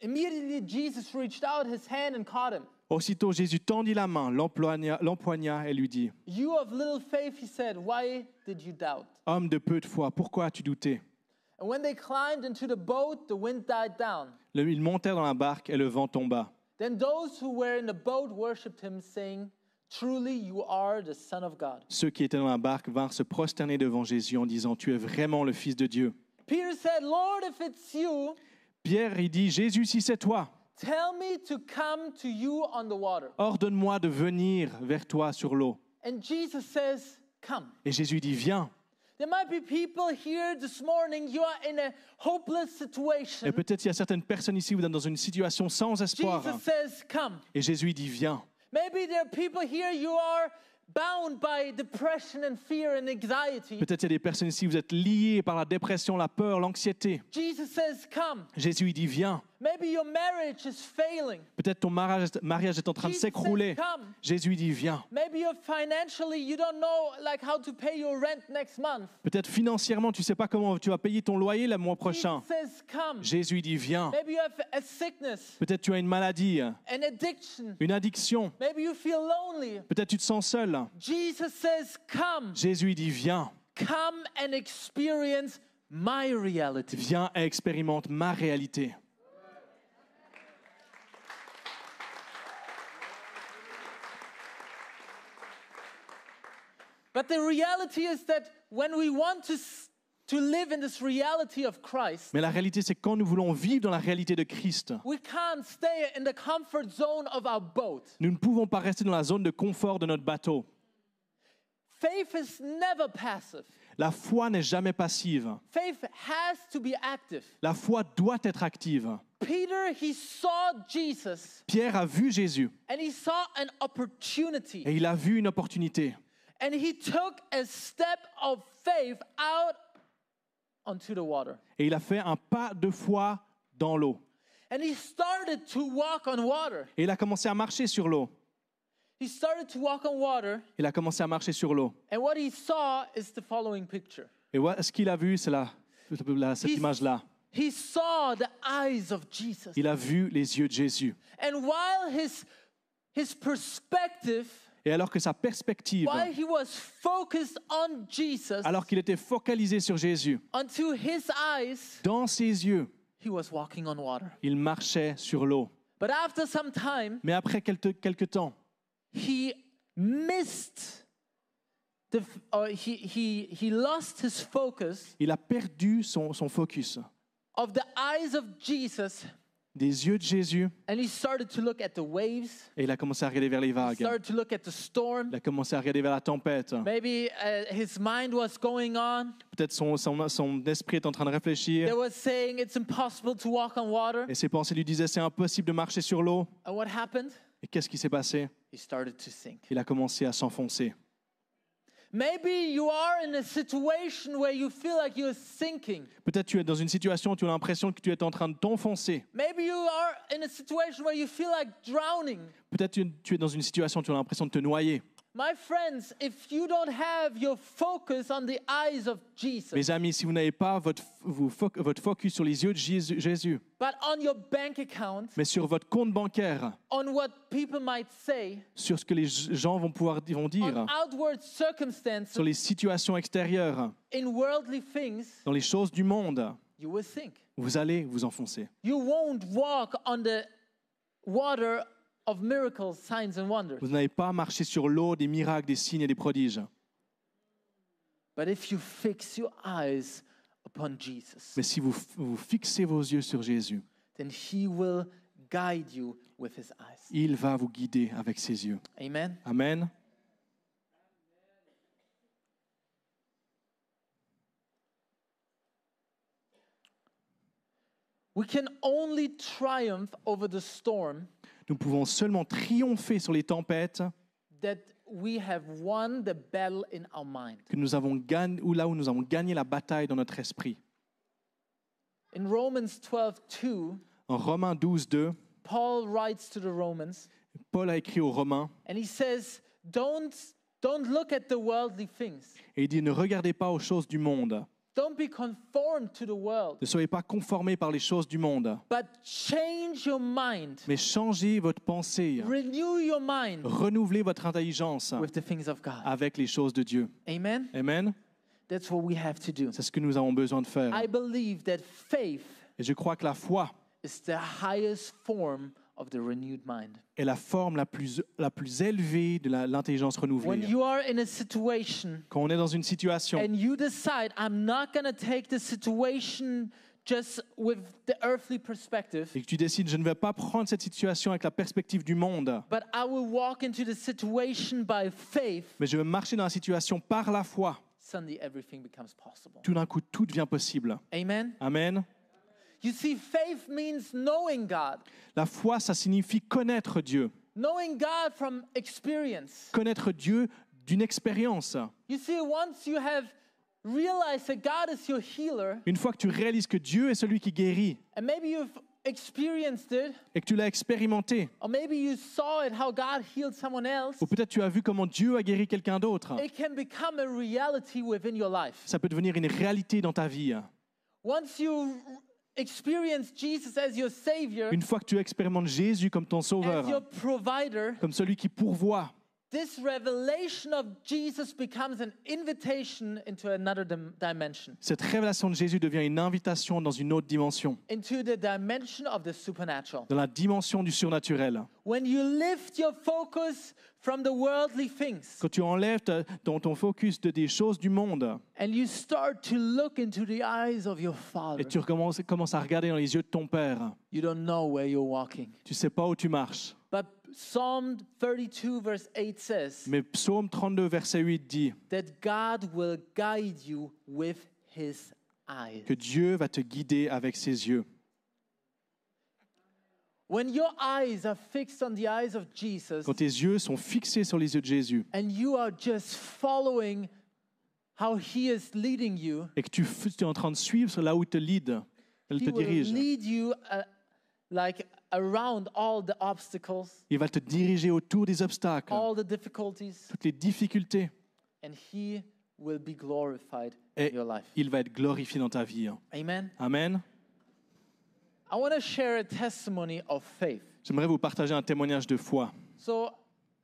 Speaker 2: Immediately, Jesus reached out his hand and caught him.
Speaker 3: Aussitôt Jésus tendit la main, l'empoigna l'empoigna et lui dit,
Speaker 2: You of little faith, he said, why did you doubt?
Speaker 3: Homme de peu de foi, pourquoi as-tu douté
Speaker 2: And when they climbed into the boat, the wind died down.
Speaker 3: Le- Ils montèrent dans la barque et le vent tomba.
Speaker 2: Then those who were in the boat worshipped him, saying, Truly, you are the Son of God.
Speaker 3: Ceux qui étaient dans la barque vinrent se prosterner devant Jésus en disant, Tu es vraiment le Fils de Dieu.
Speaker 2: Peter said, Lord, if it's you,
Speaker 3: Pierre, il dit, Jésus, si c'est toi,
Speaker 2: tell me to come to you on the water.
Speaker 3: ordonne-moi de venir vers toi sur l'eau.
Speaker 2: And Jesus says, Come.
Speaker 3: Et Jésus dit, viens.
Speaker 2: There might be people here this morning, you are in a hopeless
Speaker 3: Et
Speaker 2: situation.
Speaker 3: peut-être il y a certaines personnes ici vous êtes dans une situation sans espoir.
Speaker 2: Jesus says, Come.
Speaker 3: Et Jésus dit, viens.
Speaker 2: Maybe there are people here, you are bound by depression and fear and anxiety.
Speaker 3: Peut-être il y a des personnes ici, vous êtes liées par la dépression, la peur, l'anxiété.
Speaker 2: Jesus says, Come.
Speaker 3: Jésus il dit, viens.
Speaker 2: Maybe your marriage is failing.
Speaker 3: Peut-être ton mariage, mariage est en train de
Speaker 2: Jesus says,
Speaker 3: s'écrouler.
Speaker 2: Come.
Speaker 3: Jésus dit, viens.
Speaker 2: Maybe you're financially, you don't know like how to pay your rent next month.
Speaker 3: Peut-être financièrement, tu ne sais pas comment tu vas payer ton loyer le mois prochain.
Speaker 2: Jesus says, Come.
Speaker 3: Jésus dit, viens.
Speaker 2: Maybe you have a sickness,
Speaker 3: Peut-être tu as une maladie,
Speaker 2: an addiction.
Speaker 3: une addiction.
Speaker 2: Maybe you feel lonely.
Speaker 3: Peut-être tu te sens seul.
Speaker 2: Jesus says, Come.
Speaker 3: Jésus dit, viens.
Speaker 2: Come and experience my reality.
Speaker 3: Viens et expérimente ma réalité.
Speaker 2: But the reality is that when we want to, s- to live in this reality of Christ,
Speaker 3: Mais la réalité, c'est que quand nous voulons vivre dans la réalité de Christ,
Speaker 2: we can't stay in the comfort zone of our boat.
Speaker 3: nous ne pouvons pas rester dans la zone de confort de notre bateau.
Speaker 2: Faith is never passive.
Speaker 3: La foi n'est jamais passive.
Speaker 2: Faith has to be active.
Speaker 3: La foi doit être active.
Speaker 2: Peter, he saw Jesus
Speaker 3: Pierre a vu Jésus
Speaker 2: and he saw an opportunity
Speaker 3: et il a vu une opportunité.
Speaker 2: and he took a step of faith out onto the water.
Speaker 3: Et il a fait un pas de foi dans l'eau.
Speaker 2: And he started to walk on water.
Speaker 3: Et il a commencé à marcher sur l'eau.
Speaker 2: He started to walk on water,
Speaker 3: Il a commencé à marcher sur l'eau.
Speaker 2: and what he saw is the following picture.
Speaker 3: Et voilà, ce qu'il a vu, c'est la- la- cette
Speaker 2: He-
Speaker 3: image-là.
Speaker 2: He saw the eyes of Jesus.
Speaker 3: Il a vu les yeux de Jésus.
Speaker 2: And while his his perspective,
Speaker 3: Et alors que sa perspective,
Speaker 2: while he was focused on Jesus,
Speaker 3: alors qu'il était focalisé sur Jésus,
Speaker 2: unto his eyes,
Speaker 3: dans ses yeux,
Speaker 2: he was walking on water.
Speaker 3: il marchait sur l'eau.
Speaker 2: But after some time,
Speaker 3: Mais après quelques, quelques temps,
Speaker 2: he missed the f- or he he he lost his focus
Speaker 3: il a perdu son, son focus
Speaker 2: of the eyes of Jesus
Speaker 3: des yeux de Jésus
Speaker 2: and he started to look at the waves,
Speaker 3: et il a commencé à regarder vers les vagues.
Speaker 2: started to look at the storm.
Speaker 3: Il a commencé à regarder vers la tempête.
Speaker 2: Maybe uh, his mind was going on.
Speaker 3: Peut-être son, son, son esprit est en train de réfléchir
Speaker 2: They were saying it's impossible to walk on water.
Speaker 3: et ses pensées lui disaient c'est impossible de marcher sur l'eau.
Speaker 2: And what happened?
Speaker 3: Et qu'est-ce qui s'est passé
Speaker 2: He started to sink.
Speaker 3: Il a commencé à s'enfoncer.
Speaker 2: Maybe you are in a situation where you feel like you're sinking.
Speaker 3: Peut-être tu es dans une situation où tu as l'impression que tu es en train de t'enfoncer.
Speaker 2: Maybe you are in a situation where you feel like drowning.
Speaker 3: Peut-être tu, tu es dans une situation où tu as l'impression de te noyer.
Speaker 2: My friends, if you don't have your focus on the eyes of Jesus,
Speaker 3: Mes amis, si vous n'avez pas votre, vous fo- votre focus sur les yeux de Jésus, Jésus,
Speaker 2: but on your bank account,
Speaker 3: mais sur votre compte bancaire,
Speaker 2: on what people might say,
Speaker 3: sur ce que les gens vont pouvoir vont dire,
Speaker 2: on outward circumstances,
Speaker 3: sur les situations extérieures,
Speaker 2: in worldly things,
Speaker 3: dans les choses du monde,
Speaker 2: you will sink.
Speaker 3: vous allez vous enfoncer.
Speaker 2: You won't walk on the water of miracles, signs, and wonders.
Speaker 3: Vous n'allez pas marcher sur l'eau des miracles, des signes et des prodiges.
Speaker 2: But if you fix your eyes upon Jesus,
Speaker 3: Mais si vous, vous fixez vos yeux sur Jésus,
Speaker 2: then He will guide you with His eyes.
Speaker 3: il va vous guider avec ses yeux.
Speaker 2: Amen.
Speaker 3: Amen.
Speaker 2: We can only triumph over the storm
Speaker 3: Nous pouvons seulement triompher sur les tempêtes
Speaker 2: that we have won the battle in our mind.
Speaker 3: que nous avons gagn- ou là où nous avons gagné la bataille dans notre esprit.
Speaker 2: In Romans 12 2,
Speaker 3: En Romains 12, 2,
Speaker 2: Paul writes to the Romans
Speaker 3: Paul a écrit aux Romains
Speaker 2: and he says, Don't, don't look at the worldly things,
Speaker 3: et il dit Ne regardez pas aux choses du monde,
Speaker 2: don't be conformed to the world,
Speaker 3: ne soyez pas conformés par les choses du monde,
Speaker 2: but change your mind,
Speaker 3: mais changez votre pensée,
Speaker 2: renew your mind
Speaker 3: renouvelez votre intelligence
Speaker 2: with the things of God.
Speaker 3: avec les choses de Dieu.
Speaker 2: Amen?
Speaker 3: Amen.
Speaker 2: That's what we have to do.
Speaker 3: C'est ce que nous avons besoin de faire.
Speaker 2: I believe that faith
Speaker 3: Et je crois que la foi,
Speaker 2: is the highest form of the renewed mind.
Speaker 3: est la forme la plus, la plus élevée de la- l'intelligence
Speaker 2: When
Speaker 3: renouvelée.
Speaker 2: you are in a situation
Speaker 3: Quand on est dans une situation
Speaker 2: and you decide, I'm not going to take the situation just with the earthly perspective,
Speaker 3: et que tu décides, je ne vais pas prendre cette situation avec la perspective du monde,
Speaker 2: but I will walk into the situation by faith,
Speaker 3: mais je vais marcher dans la situation par la foi,
Speaker 2: suddenly everything becomes possible.
Speaker 3: tout d'un coup, tout devient possible.
Speaker 2: Amen?
Speaker 3: Amen.
Speaker 2: You see, faith means knowing God,
Speaker 3: La foi, ça signifie connaître Dieu,
Speaker 2: knowing God from experience.
Speaker 3: connaître Dieu d'une expérience.
Speaker 2: You see, once you have realized that God is your healer,
Speaker 3: Une fois que tu réalises que Dieu est celui qui guérit
Speaker 2: and maybe you've experienced it,
Speaker 3: et que tu l'as expérimenté,
Speaker 2: or maybe you saw it how God healed someone else,
Speaker 3: ou peut-être tu as vu comment Dieu a guéri quelqu'un d'autre,
Speaker 2: it can become a reality within your life.
Speaker 3: ça peut devenir une réalité dans ta vie.
Speaker 2: Once you experience Jesus as your Savior,
Speaker 3: Une fois que tu expérimentes Jésus comme ton
Speaker 2: as your
Speaker 3: sauveur,
Speaker 2: provider,
Speaker 3: comme celui qui pourvoit,
Speaker 2: this revelation of Jesus becomes an invitation into another dim- dimension,
Speaker 3: cette révélation de Jésus devient une invitation dans une autre dimension,
Speaker 2: into the dimension of the supernatural.
Speaker 3: dans la dimension du surnaturel.
Speaker 2: When you lift your focus from the worldly things
Speaker 3: Quand tu enlèves ta- ton, ton focus de des choses du monde
Speaker 2: and you start to look into the eyes of your Father,
Speaker 3: et tu recommences- commences à regarder dans les yeux de ton Père,
Speaker 2: you don't know where you're walking.
Speaker 3: tu sais pas où tu marches.
Speaker 2: But Psalm 32, verse 8 says
Speaker 3: Mais Psaume 32, verset 8 dit
Speaker 2: that God will guide you with his eyes.
Speaker 3: que Dieu va te guider avec ses yeux.
Speaker 2: When your eyes are fixed on the eyes of Jesus,
Speaker 3: Quand tes yeux sont fixés sur les yeux de Jésus
Speaker 2: and you are just following how he is leading you,
Speaker 3: et que tu, f- tu es en train de suivre là où il te lead, il
Speaker 2: he
Speaker 3: te
Speaker 2: will
Speaker 3: dirige,
Speaker 2: lead you uh, like around all the obstacles,
Speaker 3: il va te diriger autour des obstacles,
Speaker 2: all the difficulties,
Speaker 3: toutes les difficultés,
Speaker 2: and he will be glorified
Speaker 3: et
Speaker 2: in your life.
Speaker 3: il va être glorifié dans ta vie.
Speaker 2: Amen.
Speaker 3: Amen.
Speaker 2: I want to share a testimony of faith.
Speaker 3: J'aimerais vous partager un témoignage de foi.
Speaker 2: So,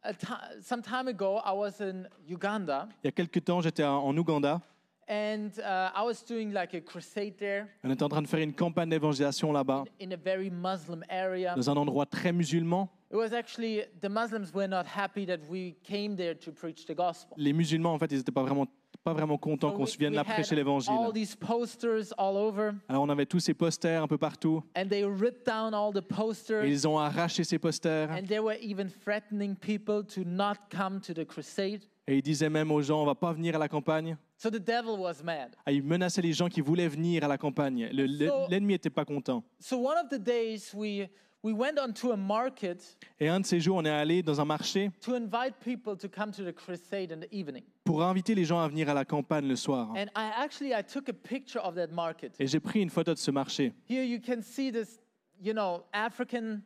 Speaker 2: a ti- some time ago, I was in Uganda
Speaker 3: Il y a quelques temps, j'étais en- en Ouganda.
Speaker 2: and uh, I was doing like a crusade there
Speaker 3: On était en train de faire une campagne d'évangélisation là-bas,
Speaker 2: in a very Muslim area.
Speaker 3: dans un endroit très musulman.
Speaker 2: It was actually the Muslims were not happy that we came there to preach the gospel.
Speaker 3: Les musulmans, en fait, ils n'étaient pas vraiment, pas vraiment contents
Speaker 2: So
Speaker 3: qu'on
Speaker 2: we-
Speaker 3: se vienne
Speaker 2: we
Speaker 3: là
Speaker 2: had
Speaker 3: prêcher l'évangile.
Speaker 2: All these posters all over,
Speaker 3: Alors on avait tous ces posters un peu partout.
Speaker 2: and they ripped down all the
Speaker 3: Et
Speaker 2: posters,
Speaker 3: ils ont arraché ces posters.
Speaker 2: and they were even threatening people to not come to the crusade.
Speaker 3: Et ils disaient même aux gens, on va pas venir à la campagne.
Speaker 2: So the devil was mad.
Speaker 3: Ah, ils menaçaient les gens qui voulaient venir à la campagne. Le- le-
Speaker 2: So-
Speaker 3: L'ennemi n'était pas content.
Speaker 2: So one of the days we we went onto a market
Speaker 3: Et un de ces jours, on est allé dans un marché
Speaker 2: to invite people to come to the crusade in the evening.
Speaker 3: pour inviter les gens à venir à la campagne le soir.
Speaker 2: And I actually I took a picture of that market.
Speaker 3: Et j'ai pris une photo de ce marché.
Speaker 2: Here you can see this, you know, African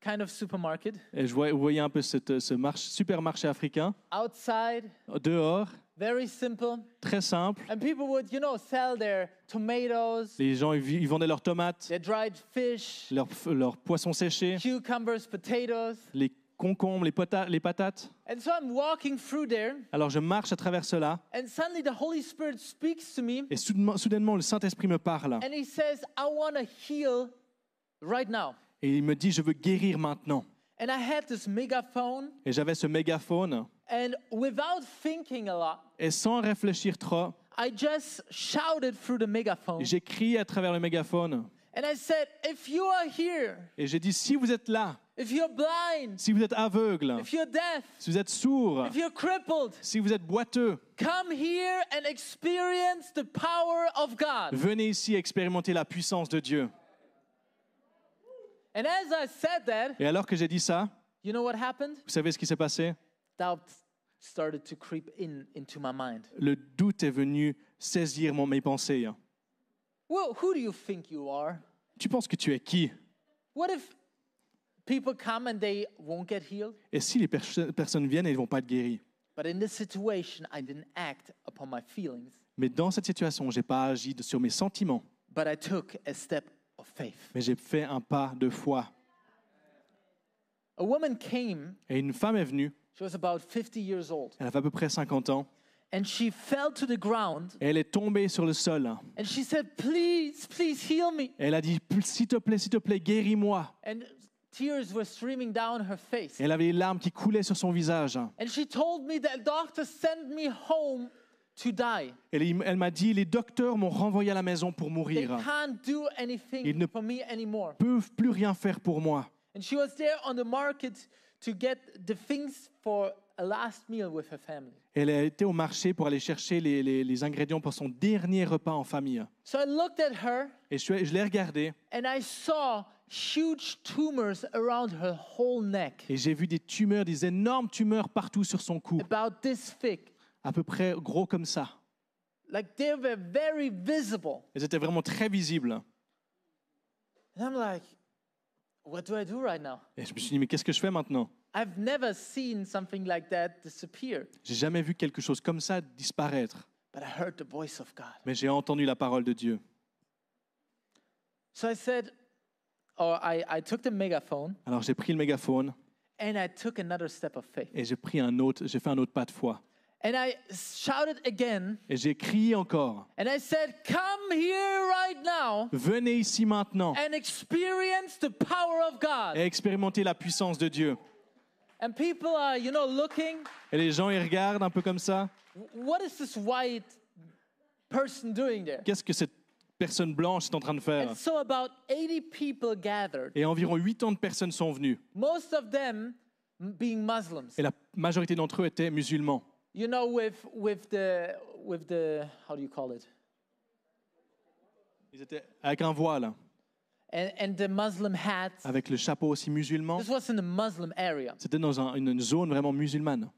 Speaker 2: kind of supermarket.
Speaker 3: Et je voyais, vous voyez un peu cette- ce marché- supermarché africain,
Speaker 2: outside,
Speaker 3: dehors,
Speaker 2: very simple.
Speaker 3: très simple.
Speaker 2: And people would, you know, sell their tomatoes,
Speaker 3: Les gens, ils, vi- ils vendaient leurs tomates,
Speaker 2: their dried fish,
Speaker 3: leurs f- leurs poissons séchés,
Speaker 2: cucumbers, potatoes.
Speaker 3: les concombres, les, pota- les patates.
Speaker 2: And so I'm walking through there,
Speaker 3: Alors je marche à travers cela
Speaker 2: and suddenly the Holy Spirit speaks to me,
Speaker 3: et soudainement, soudainement, le Saint-Esprit me parle
Speaker 2: and He says, I want to heal right now.
Speaker 3: et il me dit je veux guérir maintenant.
Speaker 2: And I had this megaphone,
Speaker 3: Et j'avais ce mégaphone
Speaker 2: and without thinking a lot,
Speaker 3: et sans réfléchir trop,
Speaker 2: I just shouted through the megaphone.
Speaker 3: j'ai crié à travers le mégaphone
Speaker 2: And I said, If you are here,
Speaker 3: et j'ai dit si vous êtes là,
Speaker 2: if you're blind,
Speaker 3: si vous êtes aveugle,
Speaker 2: if you're deaf,
Speaker 3: si vous êtes sourd,
Speaker 2: if you're crippled,
Speaker 3: si vous êtes boiteux,
Speaker 2: Come here and experience the power of God.
Speaker 3: venez ici expérimenter la puissance de Dieu.
Speaker 2: And as I said that,
Speaker 3: Et alors que j'ai dit ça,
Speaker 2: you know what happened?
Speaker 3: vous savez ce qui s'est passé
Speaker 2: Doubt started to creep in into my mind.
Speaker 3: Le doute est venu saisir mon, mes pensées. hein.
Speaker 2: Well, who do you think you are?
Speaker 3: Tu penses que tu es qui
Speaker 2: What if people come and they won't get healed?
Speaker 3: Et si les perso- personnes viennent et ne vont pas être guéries
Speaker 2: But in this situation, I didn't act upon my feelings,
Speaker 3: Mais dans cette situation, j'ai pas agi de- sur mes sentiments,
Speaker 2: but I took a step of faith.
Speaker 3: mais j'ai fait un pas de foi.
Speaker 2: A woman came,
Speaker 3: Et une femme est venue,
Speaker 2: she was about 50 years old,
Speaker 3: elle avait à peu près 50 ans,
Speaker 2: and she fell to the ground
Speaker 3: et elle est tombée sur le sol. hein.
Speaker 2: and she said, Please, please heal me.
Speaker 3: Elle a dit, s'il te plaît, s'il te plaît, guéris-moi.
Speaker 2: And tears were streaming down her face.
Speaker 3: Et elle avait les larmes qui coulaient sur son visage. hein.
Speaker 2: And she told me that doctor sent me home to die.
Speaker 3: Elle, elle m'a dit, les docteurs m'ont renvoyé à la maison pour
Speaker 2: They
Speaker 3: mourir.
Speaker 2: can't do anything
Speaker 3: Ils ne-
Speaker 2: for me anymore.
Speaker 3: Ils peuvent plus rien faire pour moi.
Speaker 2: And she was there on the market to get the things for a last meal with her family.
Speaker 3: Elle a été au marché pour aller chercher les, les- les ingrédients pour son dernier repas en famille.
Speaker 2: So I looked at her
Speaker 3: Et je, suis- je l'ai regardée
Speaker 2: and I saw huge tumors around her whole neck,
Speaker 3: et j'ai vu des tumeurs, des énormes tumeurs partout sur son cou,
Speaker 2: about this thick.
Speaker 3: à peu près gros comme ça.
Speaker 2: Like they were very visible.
Speaker 3: Elles étaient vraiment très visibles.
Speaker 2: And I'm like, what do I do right now?
Speaker 3: Et je me suis dit, mais qu'est-ce que je fais maintenant
Speaker 2: I've never seen something like that disappear.
Speaker 3: J'ai jamais vu quelque chose comme ça disparaître.
Speaker 2: But I heard the voice of God.
Speaker 3: Mais j'ai entendu la parole de Dieu.
Speaker 2: So I said, or I, I took the megaphone
Speaker 3: Alors j'ai pris le mégaphone
Speaker 2: and I took another step of faith.
Speaker 3: et j'ai pris un autre, j'ai fait un autre pas de foi.
Speaker 2: And I shouted again
Speaker 3: Et j'ai crié encore,
Speaker 2: and I said, Come here right now
Speaker 3: venez ici maintenant
Speaker 2: and experience the power of God.
Speaker 3: et expérimentez la puissance de Dieu.
Speaker 2: And people are, you know, looking.
Speaker 3: Et les gens ils regardent un peu comme ça.
Speaker 2: What is this white person doing there?
Speaker 3: Qu'est-ce que cette personne blanche est en train de faire
Speaker 2: And so about 80 people gathered,
Speaker 3: Et environ 80 de personnes sont venues.
Speaker 2: most of them being Muslims.
Speaker 3: Et la majorité d'entre eux étaient musulmans.
Speaker 2: You know, with with the with the how do you call it?
Speaker 3: Ils étaient avec un voile,
Speaker 2: And and the Muslim hats.
Speaker 3: avec le chapeau aussi musulman.
Speaker 2: This was in the Muslim area.
Speaker 3: C'était dans un- une, une zone vraiment musulmane.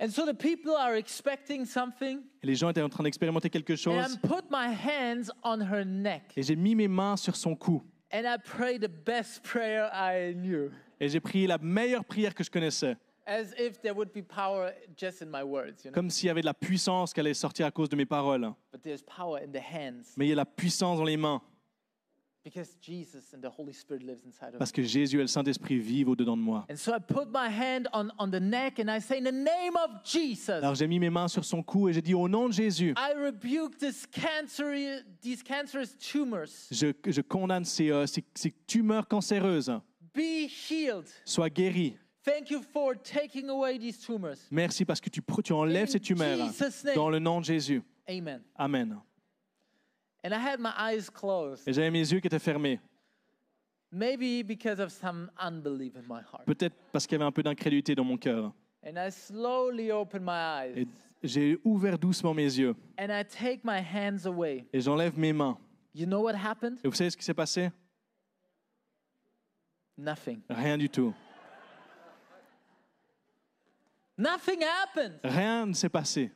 Speaker 2: And so the people are expecting something.
Speaker 3: Et les gens étaient en train d'expérimenter quelque
Speaker 2: And
Speaker 3: chose.
Speaker 2: I put my hands on her neck
Speaker 3: Et j'ai mis mes mains sur son cou.
Speaker 2: and I prayed the best prayer I knew.
Speaker 3: Et j'ai prié la meilleure prière que je connaissais.
Speaker 2: As if there would be power just in my words, you know.
Speaker 3: Comme s'il y avait de la puissance qui allait sortir à cause de mes paroles.
Speaker 2: But there's power in the hands
Speaker 3: Mais il y a la puissance dans les mains.
Speaker 2: because Jesus and the Holy Spirit lives inside of us.
Speaker 3: Parce que Jésus et le Saint-Esprit vivent au-dedans de moi.
Speaker 2: And so I put my hand on, on the neck and I say, In the name of Jesus,
Speaker 3: Alors j'ai mis mes mains sur son cou et j'ai dit au nom de Jésus,
Speaker 2: I rebuke this cancer, these cancerous tumors.
Speaker 3: je, je condamne ces, euh, ces- ces tumeurs cancéreuses.
Speaker 2: Be healed.
Speaker 3: Sois guéri.
Speaker 2: Thank you for taking away these tumors.
Speaker 3: Merci parce que tu, pr- tu enlèves
Speaker 2: In
Speaker 3: ces tumeurs
Speaker 2: Jesus' name.
Speaker 3: dans le nom de Jésus.
Speaker 2: Amen.
Speaker 3: Amen.
Speaker 2: And I had my eyes closed,
Speaker 3: Et j'avais mes yeux qui étaient fermés.
Speaker 2: maybe because of some unbelief in my heart.
Speaker 3: Peut-être parce qu'il y avait un peu d'incrédulité dans mon cœur.
Speaker 2: And I slowly open my eyes
Speaker 3: Et j'ai ouvert doucement mes yeux
Speaker 2: and I take my hands away.
Speaker 3: et j'enlève mes mains.
Speaker 2: You know what happened?
Speaker 3: Et vous savez ce qui s'est passé
Speaker 2: Nothing.
Speaker 3: Rien du tout.
Speaker 2: Nothing happened.
Speaker 3: Rien ne s'est passé.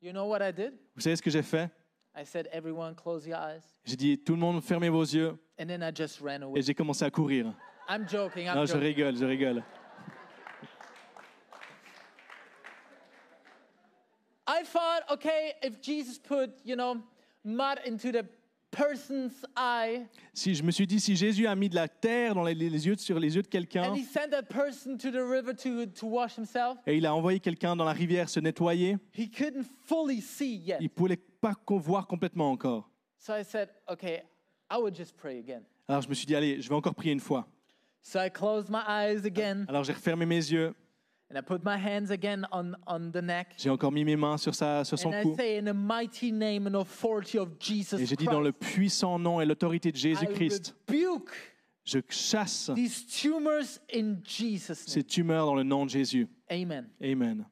Speaker 2: You know what I did?
Speaker 3: Vous savez ce que j'ai fait
Speaker 2: I said, Everyone, close your eyes.
Speaker 3: J'ai dit tout le monde fermez vos yeux
Speaker 2: And then I just ran
Speaker 3: et
Speaker 2: away.
Speaker 3: j'ai commencé à courir.
Speaker 2: I'm joking. I'm
Speaker 3: Non, je
Speaker 2: joking.
Speaker 3: rigole, je rigole.
Speaker 2: I thought, okay, if Jesus put, you know, mud into the person's eye
Speaker 3: Si je me suis dit si Jésus a mis de la terre dans les, les yeux sur les yeux de quelqu'un
Speaker 2: and he sent that person to the river to, to wash himself,
Speaker 3: et il a envoyé quelqu'un dans la rivière se nettoyer,
Speaker 2: he couldn't fully see yet.
Speaker 3: il pouvait pas con- voir complètement encore.
Speaker 2: So I said, okay, I would just pray again.
Speaker 3: Alors je me suis dit allez, je vais encore prier une fois.
Speaker 2: So I closed my eyes again
Speaker 3: Alors j'ai refermé mes yeux,
Speaker 2: and I put my hands again on, on the neck.
Speaker 3: j'ai encore mis mes mains sur sa sur son
Speaker 2: And I
Speaker 3: cou
Speaker 2: say, in the mighty name and authority of Jesus
Speaker 3: et j'ai dit dans le
Speaker 2: Christ,
Speaker 3: puissant nom et l'autorité de
Speaker 2: I
Speaker 3: Jésus-Christ,
Speaker 2: rebuke
Speaker 3: je chasse
Speaker 2: these tumors in Jesus'
Speaker 3: ces
Speaker 2: name.
Speaker 3: tumeurs dans le nom de Jésus.
Speaker 2: Amen.
Speaker 3: Amen.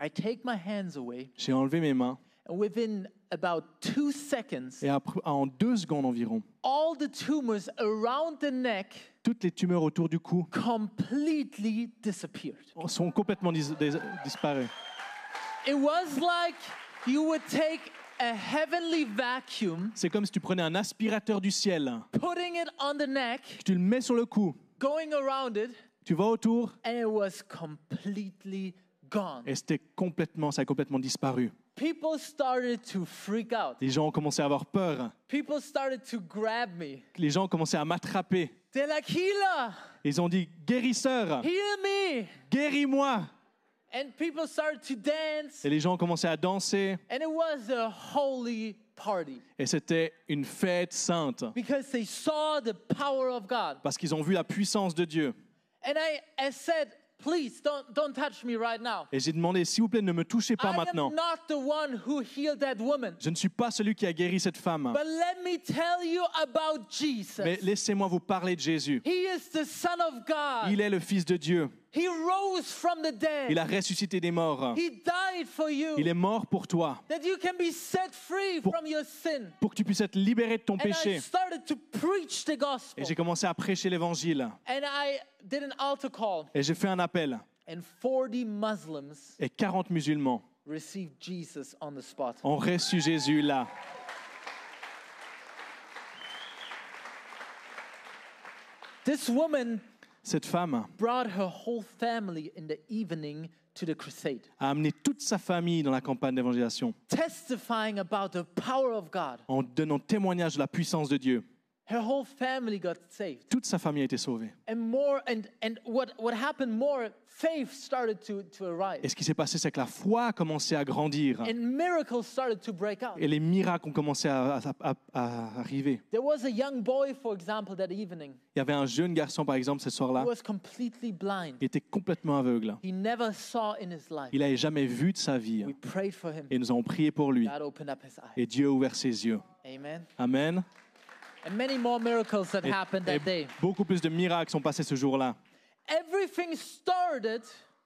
Speaker 2: I take my hands away
Speaker 3: J'ai enlevé mes mains
Speaker 2: And within about two seconds,
Speaker 3: et après- en deux secondes environ,
Speaker 2: all the tumors around the neck
Speaker 3: toutes les tumeurs autour du cou
Speaker 2: completely disappeared.
Speaker 3: sont complètement dis- dis- disparues.
Speaker 2: It was like you would take a heavenly vacuum,
Speaker 3: C'est comme si tu prenais un aspirateur du ciel,
Speaker 2: putting it on the neck,
Speaker 3: que tu le mets sur le cou,
Speaker 2: going around it,
Speaker 3: tu vas autour
Speaker 2: and it was completely gone.
Speaker 3: et c'était complètement, ça a complètement disparu.
Speaker 2: People started to freak out.
Speaker 3: Les gens ont commencé à avoir peur.
Speaker 2: People started to grab me.
Speaker 3: Les gens ont commencé à m'attraper.
Speaker 2: They're like, healer,
Speaker 3: Ils ont dit guérisseur,
Speaker 2: heal me.
Speaker 3: guéris-moi.
Speaker 2: And people started to dance.
Speaker 3: Et les gens ont commencé à danser.
Speaker 2: And it was a holy party
Speaker 3: Et c'était une fête sainte
Speaker 2: because they saw the power of God.
Speaker 3: parce qu'ils ont vu la puissance de Dieu.
Speaker 2: And I, I said, please don't, don't touch me right now.
Speaker 3: Et j'ai demandé, s'il vous plaît, ne me touchez pas
Speaker 2: I
Speaker 3: maintenant.
Speaker 2: am not the one who healed that woman.
Speaker 3: Je ne suis pas celui qui a guéri cette femme,
Speaker 2: But let me tell you about
Speaker 3: mais
Speaker 2: Jesus.
Speaker 3: laissez-moi vous parler de Jésus.
Speaker 2: He is the Son of God.
Speaker 3: Il est le Fils de Dieu.
Speaker 2: He rose from the
Speaker 3: Il
Speaker 2: dead.
Speaker 3: a ressuscité des morts.
Speaker 2: He died for
Speaker 3: Il
Speaker 2: you
Speaker 3: est mort pour toi,
Speaker 2: that you can be set free
Speaker 3: Pour-
Speaker 2: from your sin.
Speaker 3: pour que tu puisses être libéré de ton
Speaker 2: And I
Speaker 3: péché.
Speaker 2: started to preach the
Speaker 3: Et
Speaker 2: gospel.
Speaker 3: j'ai commencé à prêcher l'évangile.
Speaker 2: And I did an altar call.
Speaker 3: Et j'ai fait un appel.
Speaker 2: And 40 Muslims
Speaker 3: Et 40 musulmans
Speaker 2: received Jesus on the spot.
Speaker 3: ont reçu Jésus là.
Speaker 2: This woman
Speaker 3: Cette femme
Speaker 2: brought her whole family in the evening to the crusade,
Speaker 3: a amené toute sa famille dans la campagne d'évangélisation
Speaker 2: testifying about the power of God.
Speaker 3: en donnant témoignage de la puissance de Dieu.
Speaker 2: Her whole family got saved.
Speaker 3: Toute sa famille a été sauvée.
Speaker 2: And more and and what what happened more faith started to to
Speaker 3: Et
Speaker 2: arise.
Speaker 3: ce qui s'est passé, c'est que la foi a commencé à grandir
Speaker 2: And miracles started to break out.
Speaker 3: et les miracles ont commencé à, à- à- à arriver.
Speaker 2: There was a young boy for example that evening
Speaker 3: Il y avait un jeune garçon, par exemple, ce soir-là,
Speaker 2: who was completely blind.
Speaker 3: il était complètement aveugle.
Speaker 2: He never saw in his life.
Speaker 3: Il n'avait jamais vu de sa vie.
Speaker 2: We prayed for him.
Speaker 3: Et nous avons prié pour lui.
Speaker 2: God opened up his eyes.
Speaker 3: Et Dieu a ouvert ses yeux.
Speaker 2: Amen.
Speaker 3: Amen.
Speaker 2: And many more miracles that
Speaker 3: Et-
Speaker 2: happened
Speaker 3: et
Speaker 2: that day.
Speaker 3: beaucoup plus de miracles sont passés ce jour-là.
Speaker 2: Everything started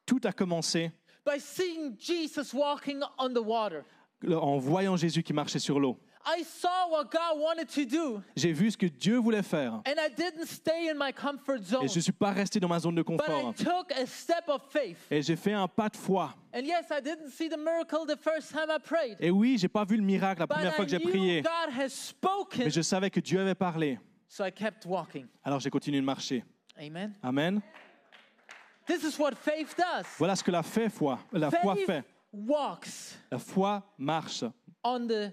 Speaker 3: Tout a commencé
Speaker 2: by seeing Jesus walking on the water.
Speaker 3: en voyant Jésus qui marchait sur l'eau.
Speaker 2: I saw what God wanted to do,
Speaker 3: J'ai vu ce que Dieu voulait faire.
Speaker 2: and I didn't stay in my comfort
Speaker 3: Et
Speaker 2: zone,
Speaker 3: je ne suis pas resté dans ma zone de
Speaker 2: but I
Speaker 3: confort.
Speaker 2: took a step of faith.
Speaker 3: Et j'ai fait un pas de foi.
Speaker 2: And yes, I didn't see the miracle the first time I prayed.
Speaker 3: Et oui, j'ai pas vu le miracle la
Speaker 2: But
Speaker 3: première fois
Speaker 2: I
Speaker 3: que j'ai
Speaker 2: knew
Speaker 3: prié.
Speaker 2: God has spoken,
Speaker 3: Mais je savais que Dieu avait parlé.
Speaker 2: so I kept walking.
Speaker 3: Alors j'ai continué de marcher.
Speaker 2: Amen.
Speaker 3: Amen.
Speaker 2: This is what faith does.
Speaker 3: Voilà ce que la fait foi. La foi
Speaker 2: faith
Speaker 3: fait.
Speaker 2: walks
Speaker 3: La foi marche.
Speaker 2: on the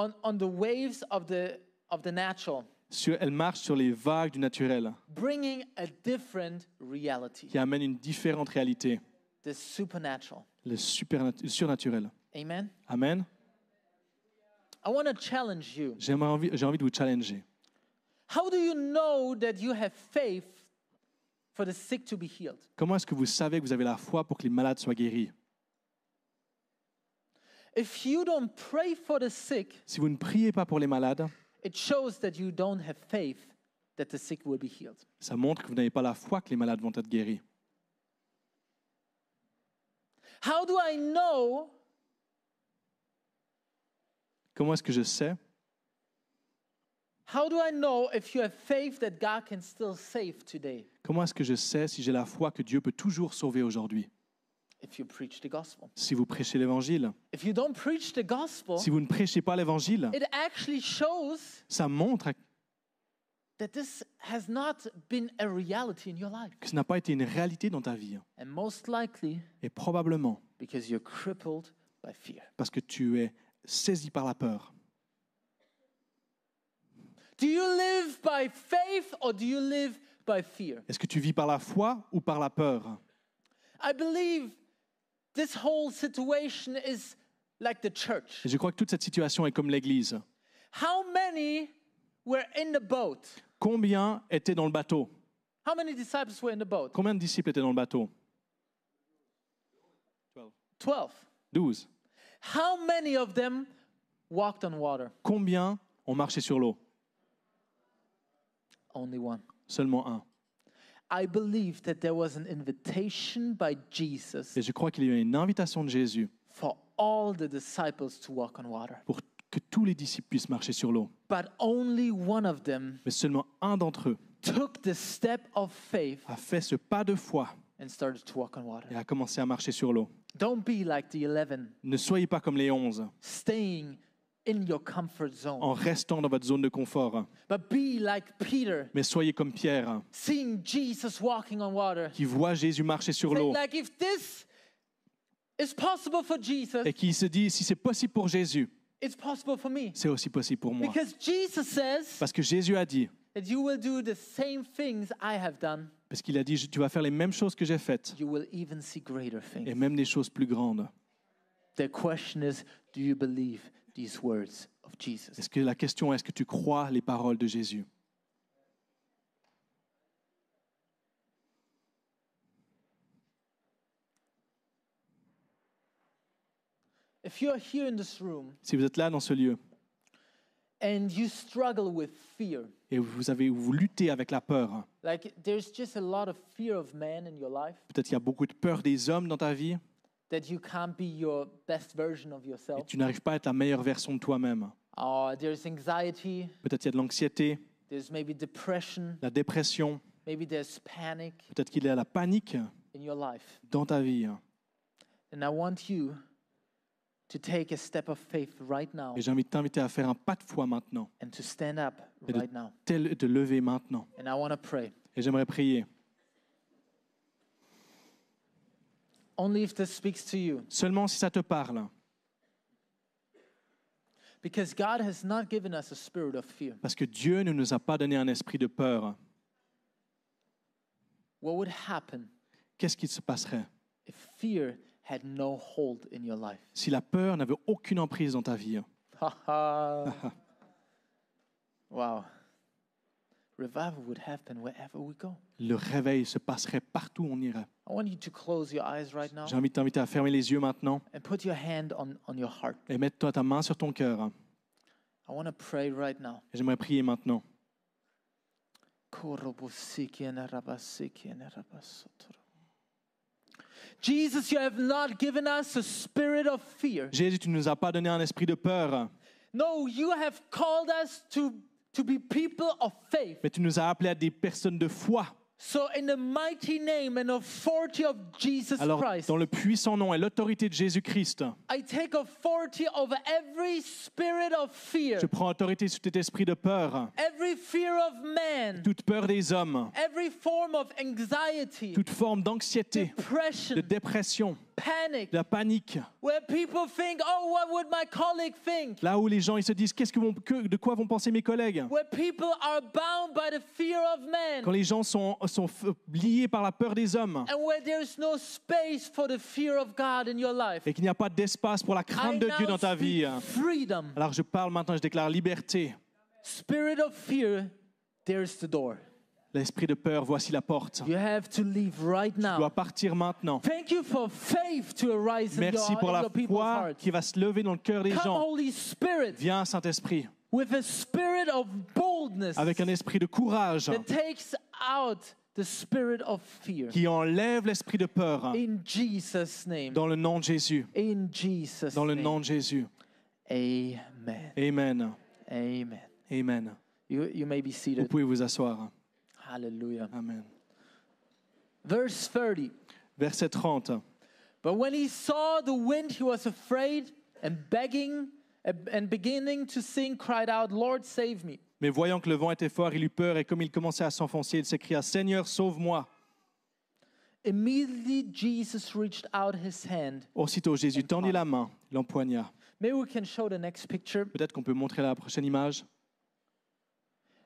Speaker 2: on, on the waves of the of the natural,
Speaker 3: Sur- elle marche sur les vagues du naturel
Speaker 2: bringing a different reality,
Speaker 3: qui amène une différente réalité.
Speaker 2: the supernatural.
Speaker 3: le supernat- le surnaturel.
Speaker 2: Amen.
Speaker 3: Amen.
Speaker 2: I want to challenge you.
Speaker 3: J'aimerais envie- J'ai envie de vous challenger.
Speaker 2: How do you know that you have faith for the sick to be healed?
Speaker 3: Comment est-ce que vous savez que vous avez la foi pour que les malades soient guéris
Speaker 2: If you don't pray for the sick,
Speaker 3: Si vous ne priez pas pour les malades,
Speaker 2: it shows that you don't have faith that the sick will be healed.
Speaker 3: ça montre que vous n'avez pas la foi que les malades vont être guéris.
Speaker 2: How do I know
Speaker 3: Comment est-ce que je sais
Speaker 2: how do I know if you have faith that God can still save today
Speaker 3: Comment est-ce que je sais si j'ai la foi que Dieu peut toujours sauver aujourd'hui
Speaker 2: if you preach the gospel?
Speaker 3: Si vous prêchez l'évangile,
Speaker 2: If you don't preach the gospel,
Speaker 3: si vous ne prêchez pas l'évangile,
Speaker 2: it actually shows
Speaker 3: ça montre
Speaker 2: that this has not been a reality in your life.
Speaker 3: que ce n'a pas été une réalité dans ta vie.
Speaker 2: And most likely
Speaker 3: Et probablement
Speaker 2: because you're crippled by fear.
Speaker 3: parce que tu es saisi par la peur.
Speaker 2: Do you live by faith or do you live by fear?
Speaker 3: Est-ce que tu vis par la foi ou par la peur
Speaker 2: I believe this whole situation is like the church.
Speaker 3: Et je crois que toute cette situation est comme l'Église.
Speaker 2: How many were in the boat?
Speaker 3: Combien étaient dans le bateau
Speaker 2: How many disciples were in the boat?
Speaker 3: Combien de disciples étaient dans le bateau
Speaker 2: 12.
Speaker 3: 12.
Speaker 2: How many of them walked on water?
Speaker 3: Combien ont marché sur l'eau
Speaker 2: Only one.
Speaker 3: Seulement un.
Speaker 2: I believe that there was an invitation by Jesus
Speaker 3: Et je crois qu'il y a eu une invitation de Jésus
Speaker 2: for all the disciples to walk on water,
Speaker 3: pour que tous les disciples puissent marcher sur l'eau.
Speaker 2: but only one of them
Speaker 3: Mais seulement un d'entre eux
Speaker 2: took the step of faith
Speaker 3: a fait ce pas de foi
Speaker 2: and started to walk on water.
Speaker 3: et a commencé à marcher sur l'eau.
Speaker 2: Don't be like the 11
Speaker 3: Ne soyez pas comme les onze
Speaker 2: staying in your comfort zone,
Speaker 3: en restant dans votre zone de confort,
Speaker 2: but be like Peter,
Speaker 3: mais soyez comme Pierre
Speaker 2: seeing Jesus walking on water.
Speaker 3: qui voit Jésus marcher sur
Speaker 2: Saying,
Speaker 3: l'eau
Speaker 2: like, if this is possible for Jesus,
Speaker 3: et qui se dit si c'est possible pour Jésus,
Speaker 2: it's possible for me.
Speaker 3: c'est aussi possible pour moi.
Speaker 2: Because Jesus says
Speaker 3: Parce que Jésus a dit,
Speaker 2: that you will do the same things I have done,
Speaker 3: parce qu'il a dit tu vas faire les mêmes choses que j'ai faites
Speaker 2: you will even see greater
Speaker 3: et
Speaker 2: things.
Speaker 3: même des choses plus grandes.
Speaker 2: The question is do you believe? these words of Jesus?
Speaker 3: Est-ce que la question est, est-ce que tu crois les paroles de Jésus
Speaker 2: If you are here in this room
Speaker 3: Si vous êtes là dans ce lieu
Speaker 2: and you struggle with fear,
Speaker 3: et vous avez vous luttez avec la peur, hein,
Speaker 2: like there's just a lot of fear of man in your life
Speaker 3: peut-être qu'il y a beaucoup de peur des hommes dans ta vie
Speaker 2: that you can't be your best version of
Speaker 3: et
Speaker 2: yourself,
Speaker 3: tu n'arrives pas à être la meilleure version de toi-même.
Speaker 2: or there's anxiety,
Speaker 3: Peut-être qu'il y a de l'anxiété,
Speaker 2: there's maybe depression,
Speaker 3: la dépression,
Speaker 2: maybe there's panic
Speaker 3: peut-être qu'il y a la panique
Speaker 2: in your life.
Speaker 3: dans ta vie. hein.
Speaker 2: And I want you to take a step of faith right now
Speaker 3: Et j'ai envie de t'inviter à faire un pas de foi maintenant,
Speaker 2: and to stand up
Speaker 3: et de
Speaker 2: right now.
Speaker 3: tel- de lever maintenant.
Speaker 2: And I want to pray.
Speaker 3: Et j'aimerais prier.
Speaker 2: Only if this speaks to you.
Speaker 3: Seulement si ça te parle,
Speaker 2: Because God has not given us a spirit of fear.
Speaker 3: parce que Dieu ne nous a pas donné un esprit de peur.
Speaker 2: What would happen
Speaker 3: Qu'est-ce qui se passerait
Speaker 2: if fear had no hold in your life?
Speaker 3: si la peur n'avait aucune emprise dans ta vie
Speaker 2: Haha. wow. Revival would happen wherever we go.
Speaker 3: Le réveil se passerait partout où on irait.
Speaker 2: I want you to close your eyes right now
Speaker 3: J'ai envie de t'inviter à fermer les yeux maintenant
Speaker 2: and put your hand on, on your heart.
Speaker 3: et mettre-toi ta main sur ton cœur.
Speaker 2: I want to pray right now.
Speaker 3: Et J'aimerais prier maintenant.
Speaker 2: Jesus, you have not given us a spirit of fear.
Speaker 3: Jésus, tu ne nous as pas donné un esprit de peur,
Speaker 2: No, you have called us to, to be people of faith.
Speaker 3: mais tu nous as appelés à des personnes de foi.
Speaker 2: So, in the mighty name and authority of Jesus
Speaker 3: Alors,
Speaker 2: Christ,
Speaker 3: dans le puissant nom et l'autorité de Jésus-Christ,
Speaker 2: I take authority over every spirit of fear,
Speaker 3: je prends autorité sur cet esprit de peur,
Speaker 2: every fear of man,
Speaker 3: toute peur des hommes,
Speaker 2: every form of anxiety,
Speaker 3: toute forme d'anxiété, de
Speaker 2: depression,
Speaker 3: dépression,
Speaker 2: panic,
Speaker 3: de la panique,
Speaker 2: where people think, oh, what would my colleague think?
Speaker 3: là où les gens ils se disent qu'est-ce que vont- que- de quoi vont penser mes collègues
Speaker 2: Where people are bound by the fear of
Speaker 3: quand
Speaker 2: man
Speaker 3: les gens sont, sont f- liés par la peur des hommes
Speaker 2: and where there is no space for the fear of God in your life.
Speaker 3: et qu'il n'y a pas d'espace pour la
Speaker 2: I
Speaker 3: crainte de Dieu
Speaker 2: now
Speaker 3: dans ta vie.
Speaker 2: speak freedom.
Speaker 3: Alors je parle maintenant, je déclare liberté.
Speaker 2: Spirit of fear, there's the door.
Speaker 3: L'esprit de peur, voici la porte.
Speaker 2: You have to leave right
Speaker 3: Tu dois
Speaker 2: now.
Speaker 3: partir maintenant.
Speaker 2: Thank you for faith to arise in your,
Speaker 3: Merci pour
Speaker 2: in
Speaker 3: la
Speaker 2: your people's
Speaker 3: foi
Speaker 2: hearts.
Speaker 3: qui va se lever dans le cœur des
Speaker 2: Come,
Speaker 3: gens.
Speaker 2: Holy Spirit,
Speaker 3: Viens, Saint-Esprit,
Speaker 2: with a spirit of boldness
Speaker 3: avec un esprit de courage
Speaker 2: that takes out the spirit of fear.
Speaker 3: qui enlève l'esprit de peur
Speaker 2: In Jesus' name.
Speaker 3: dans le nom de Jésus.
Speaker 2: In Jesus'
Speaker 3: Dans le
Speaker 2: name.
Speaker 3: nom de Jésus.
Speaker 2: Amen.
Speaker 3: Amen.
Speaker 2: Amen.
Speaker 3: Amen.
Speaker 2: You, you may be
Speaker 3: Vous
Speaker 2: seated.
Speaker 3: pouvez vous asseoir.
Speaker 2: Hallelujah.
Speaker 3: Amen.
Speaker 2: Verse 30.
Speaker 3: Verset 30.
Speaker 2: But when he saw the wind, he was afraid and begging and beginning to sing, cried out, Lord, save me.
Speaker 3: Mais voyant que le vent était fort, il eut peur et comme il commençait à s'enfoncer, il s'écria Seigneur, sauve-moi.
Speaker 2: Immediately Jesus reached out his hand.
Speaker 3: Aussitôt Jésus tendit la main, l'empoigna.
Speaker 2: Maybe we can show the next picture.
Speaker 3: Peut-être qu'on peut montrer la prochaine image.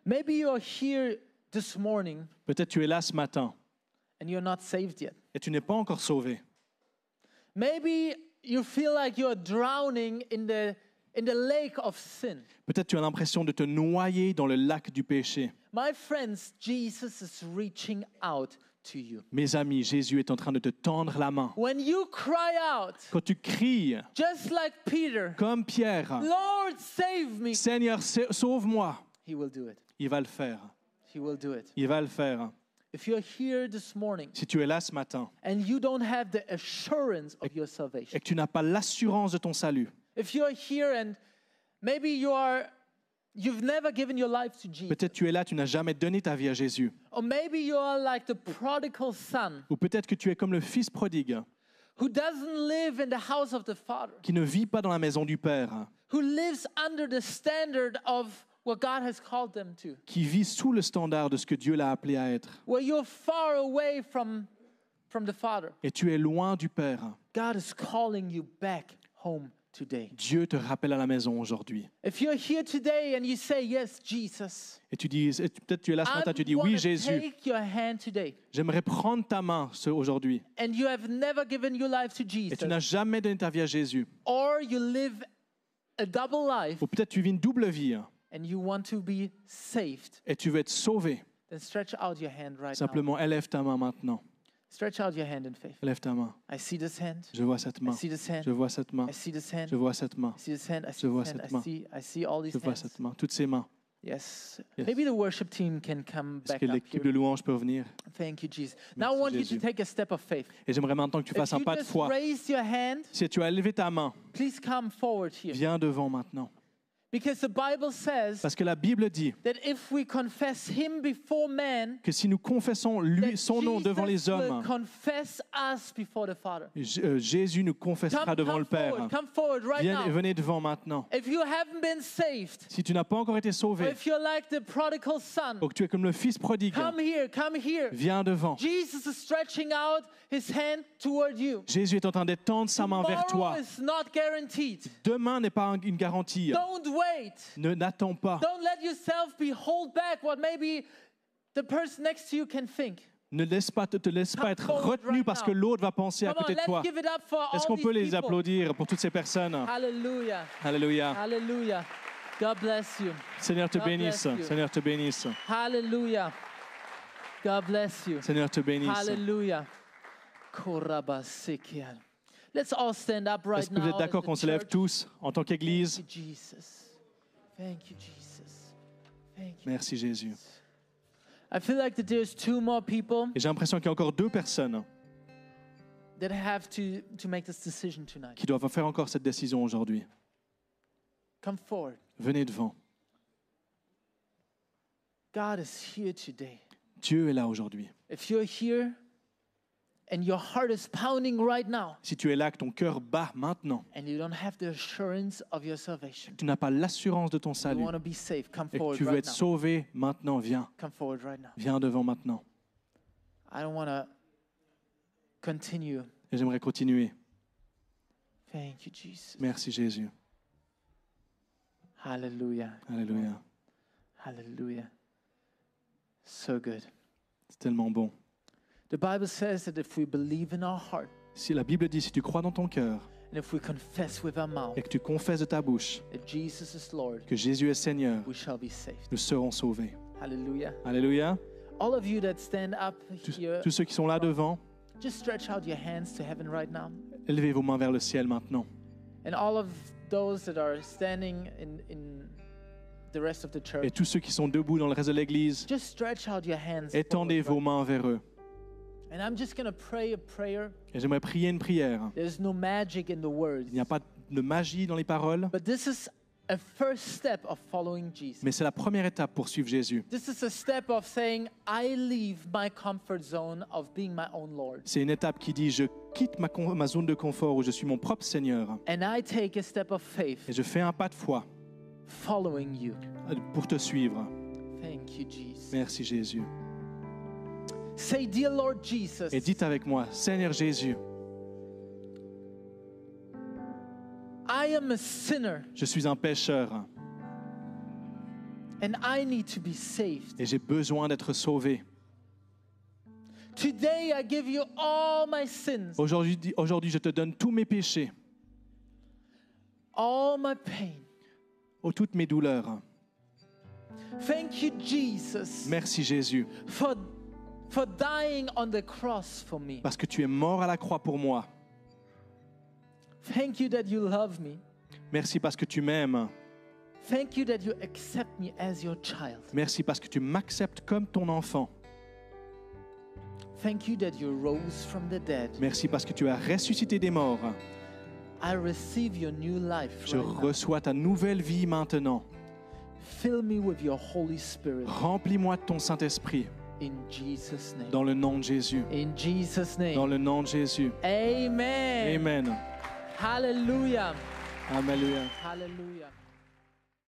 Speaker 2: Maybe you're here this morning
Speaker 3: Peut-être tu es là ce matin
Speaker 2: and you're not saved yet.
Speaker 3: et tu n'es pas encore sauvé.
Speaker 2: Maybe you feel like you're drowning in the in the lake of sin.
Speaker 3: Peut-être tu as l'impression de te noyer dans le lac du péché.
Speaker 2: My friends, Jesus is reaching out to you.
Speaker 3: Mes amis, Jésus est en train de te tendre la main.
Speaker 2: When you cry out,
Speaker 3: Quand tu cries
Speaker 2: just like Peter,
Speaker 3: comme Pierre,
Speaker 2: Lord, save me,
Speaker 3: Seigneur, sa- sauve-moi,
Speaker 2: he will do it.
Speaker 3: il va le faire.
Speaker 2: He will do it.
Speaker 3: Il va le faire.
Speaker 2: If you're here this morning
Speaker 3: Si tu es là ce matin
Speaker 2: and you don't have the assurance of your salvation,
Speaker 3: et que tu n'as pas l'assurance de ton salut,
Speaker 2: if you're here and maybe you are you've never given your life to Jesus,
Speaker 3: peut-être tu es là, tu n'as jamais donné ta vie à Jésus,
Speaker 2: or maybe you are like the prodigal son
Speaker 3: ou peut-être que tu es comme le fils prodigue
Speaker 2: who doesn't live in the house of the father,
Speaker 3: qui ne vit pas dans la maison du Père,
Speaker 2: who lives under the standard of what God has called them to,
Speaker 3: qui vit sous le standard de ce que Dieu l'a appelé à être.
Speaker 2: where you're far away from from the father.
Speaker 3: Et tu es loin du Père.
Speaker 2: God is calling you back home today.
Speaker 3: Dieu te rappelle à la maison aujourd'hui.
Speaker 2: If you're here today and you say yes, Jesus,
Speaker 3: Et tu dis, et tu- peut-être tu es là ce
Speaker 2: I
Speaker 3: matin, tu dis, oui
Speaker 2: wanna
Speaker 3: Jésus,
Speaker 2: take your hand today.
Speaker 3: j'aimerais prendre ta main ce- aujourd'hui.
Speaker 2: and you have never given your life to
Speaker 3: Et tu
Speaker 2: Jesus,
Speaker 3: n'as jamais donné ta vie à Jésus.
Speaker 2: or you live a double life
Speaker 3: ou peut-être tu vis une double vie hein,
Speaker 2: and you want to be saved,
Speaker 3: et tu veux être sauvé,
Speaker 2: then stretch out your hand right now.
Speaker 3: simplement élève ta main maintenant.
Speaker 2: Stretch out your hand in faith.
Speaker 3: Élève ta main.
Speaker 2: I see this hand.
Speaker 3: Je vois cette
Speaker 2: I
Speaker 3: main.
Speaker 2: see this hand.
Speaker 3: Je vois cette main.
Speaker 2: I see this hand.
Speaker 3: Je vois cette main.
Speaker 2: I see this hand. I
Speaker 3: Je
Speaker 2: see
Speaker 3: vois
Speaker 2: this hand.
Speaker 3: cette
Speaker 2: I
Speaker 3: main.
Speaker 2: see, I see all these
Speaker 3: Je vois
Speaker 2: hands.
Speaker 3: cette main. Toutes ces mains.
Speaker 2: Yes.
Speaker 3: Yes.
Speaker 2: Maybe the worship team can come
Speaker 3: Est-ce
Speaker 2: back
Speaker 3: que
Speaker 2: up
Speaker 3: l'équipe de
Speaker 2: here.
Speaker 3: louange peut venir
Speaker 2: Thank you, Jesus. Now I
Speaker 3: Merci,
Speaker 2: want you to
Speaker 3: Jésus.
Speaker 2: take a step of faith.
Speaker 3: Et j'aimerais maintenant que tu
Speaker 2: If
Speaker 3: fasses un
Speaker 2: you
Speaker 3: pas de
Speaker 2: just
Speaker 3: foi.
Speaker 2: raise your hand,
Speaker 3: Si tu as levé ta main,
Speaker 2: please come forward here.
Speaker 3: viens devant maintenant.
Speaker 2: Because the Bible says
Speaker 3: Parce que la Bible dit
Speaker 2: that if we confess him before men,
Speaker 3: que si nous confessons
Speaker 2: that
Speaker 3: lui, son nom devant
Speaker 2: Jesus
Speaker 3: les
Speaker 2: will
Speaker 3: hommes,
Speaker 2: confess us before the Father.
Speaker 3: J- euh, Jésus nous
Speaker 2: Come,
Speaker 3: confessera devant
Speaker 2: come
Speaker 3: le Père.
Speaker 2: forward, come forward right
Speaker 3: Viens-
Speaker 2: now.
Speaker 3: venez devant maintenant.
Speaker 2: If you haven't been saved,
Speaker 3: Si tu n'as pas encore été
Speaker 2: or
Speaker 3: sauvé,
Speaker 2: if you're like the prodigal son,
Speaker 3: ou que tu es comme le fils prodigue,
Speaker 2: come here, come here.
Speaker 3: viens devant.
Speaker 2: Jesus is stretching out his hand toward you.
Speaker 3: Jésus est en train d'étendre sa main vers
Speaker 2: Tomorrow
Speaker 3: toi.
Speaker 2: is not guaranteed.
Speaker 3: Demain n'est pas un- une garantie.
Speaker 2: Don't wait.
Speaker 3: Ne n'attends pas.
Speaker 2: Don't let yourself be hold back what maybe the person next to you can think.
Speaker 3: Ne laisse pas, te, te laisse pas
Speaker 2: Come
Speaker 3: être
Speaker 2: forward
Speaker 3: retenu
Speaker 2: right
Speaker 3: parce
Speaker 2: now.
Speaker 3: que l'autre va penser à
Speaker 2: Come
Speaker 3: côté
Speaker 2: on,
Speaker 3: de
Speaker 2: let's
Speaker 3: toi.
Speaker 2: give it up for all
Speaker 3: Est-ce qu'on
Speaker 2: these
Speaker 3: peut les
Speaker 2: people.
Speaker 3: applaudir pour toutes ces personnes
Speaker 2: Hallelujah.
Speaker 3: Alléluia.
Speaker 2: Hallelujah. God bless you.
Speaker 3: Seigneur te
Speaker 2: God
Speaker 3: bénisse.
Speaker 2: bless you.
Speaker 3: Seigneur te bénisse.
Speaker 2: Hallelujah. God bless you.
Speaker 3: Seigneur te bénisse.
Speaker 2: Hallelujah. Korabasikial. Let's all stand up right
Speaker 3: Est-ce que vous
Speaker 2: now.
Speaker 3: êtes
Speaker 2: as
Speaker 3: d'accord
Speaker 2: a
Speaker 3: qu'on se lève
Speaker 2: church.
Speaker 3: tous en tant qu'Église
Speaker 2: Thank you, Jesus. Thank you, Jesus. Thank you.
Speaker 3: Merci Jésus.
Speaker 2: I feel like that there's two more people
Speaker 3: Et j'ai l'impression qu'il y a encore deux personnes
Speaker 2: that have to, to make this decision tonight.
Speaker 3: qui doivent faire encore cette décision aujourd'hui.
Speaker 2: Come forward.
Speaker 3: Venez devant.
Speaker 2: God is here today.
Speaker 3: Dieu est là aujourd'hui.
Speaker 2: If you're here and your heart is pounding right now
Speaker 3: Si tu es là, que ton cœur bat maintenant,
Speaker 2: and you don't have the assurance of your salvation,
Speaker 3: tu n'as pas l'assurance de ton
Speaker 2: you
Speaker 3: salut
Speaker 2: want to be saved, come
Speaker 3: et que
Speaker 2: forward
Speaker 3: tu veux
Speaker 2: right
Speaker 3: être
Speaker 2: now.
Speaker 3: sauvé maintenant, viens.
Speaker 2: Come forward right now.
Speaker 3: Viens devant maintenant.
Speaker 2: I don't want to continue.
Speaker 3: Et j'aimerais continuer.
Speaker 2: Thank you, Jesus.
Speaker 3: Merci Jésus.
Speaker 2: Hallelujah.
Speaker 3: Alléluia.
Speaker 2: Hallelujah. So good.
Speaker 3: C'est tellement bon.
Speaker 2: The Bible says that if we believe in our heart
Speaker 3: Si la Bible dit, si tu crois dans ton cœur
Speaker 2: and if we confess with our mouth
Speaker 3: et que tu confesses de ta bouche
Speaker 2: that Jesus is Lord,
Speaker 3: que Jésus est Seigneur,
Speaker 2: we shall be saved.
Speaker 3: nous serons sauvés.
Speaker 2: Hallelujah.
Speaker 3: Alléluia.
Speaker 2: All of you that stand up
Speaker 3: Tous,
Speaker 2: here,
Speaker 3: tous ceux qui sont là devant,
Speaker 2: just stretch out your hands to heaven right now.
Speaker 3: élevez vos mains vers le ciel maintenant.
Speaker 2: And all of those that are standing in, in the rest of the
Speaker 3: Et
Speaker 2: church,
Speaker 3: tous ceux qui sont debout dans le reste de l'Église,
Speaker 2: just stretch out your hands.
Speaker 3: étendez
Speaker 2: forward
Speaker 3: vos mains vers eux.
Speaker 2: right- And I'm just going to pray a prayer.
Speaker 3: Et j'aimerais prier une prière.
Speaker 2: There's no magic in the words.
Speaker 3: Il n'y a pas de magie dans les paroles,
Speaker 2: But this is a first step of following Jesus.
Speaker 3: mais c'est la première étape pour suivre Jésus.
Speaker 2: This is a step of saying, I leave my comfort zone of being my own Lord.
Speaker 3: C'est une étape qui dit je quitte ma, con- ma zone de confort où je suis mon propre Seigneur
Speaker 2: And I take a step of
Speaker 3: et
Speaker 2: faith
Speaker 3: je fais un pas de foi
Speaker 2: following you.
Speaker 3: pour te suivre.
Speaker 2: Thank you, Jesus.
Speaker 3: Merci Jésus.
Speaker 2: Say, Dear Lord Jesus,
Speaker 3: Et dites avec moi, Seigneur Jésus,
Speaker 2: I am a sinner
Speaker 3: je suis un pécheur
Speaker 2: and I need to be saved.
Speaker 3: et j'ai besoin d'être sauvé.
Speaker 2: Today I give you all my sins,
Speaker 3: Aujourd'hui, di- aujourd'hui, je te donne tous mes péchés,
Speaker 2: all my pain.
Speaker 3: oh, toutes mes douleurs.
Speaker 2: Thank you, Jesus,
Speaker 3: Merci Jésus,
Speaker 2: for, for dying on the cross for me.
Speaker 3: parce que tu es mort à la croix pour moi.
Speaker 2: Thank you that you love me.
Speaker 3: Merci parce que tu m'aimes.
Speaker 2: Thank you that you accept me as your child.
Speaker 3: Merci parce que tu m'acceptes comme ton enfant.
Speaker 2: Thank you that you rose from the dead.
Speaker 3: Merci parce que tu as ressuscité des morts.
Speaker 2: I receive your new life.
Speaker 3: Je
Speaker 2: right now.
Speaker 3: reçois ta nouvelle vie maintenant.
Speaker 2: Fill me with your Holy Spirit
Speaker 3: Remplis-moi de ton Saint-Esprit
Speaker 2: in Jesus' name.
Speaker 3: dans le nom de Jésus.
Speaker 2: In Jesus' name.
Speaker 3: Dans le nom de Jésus.
Speaker 2: Amen.
Speaker 3: Amen.
Speaker 2: Hallelujah.
Speaker 3: Alléluia.
Speaker 2: Hallelujah.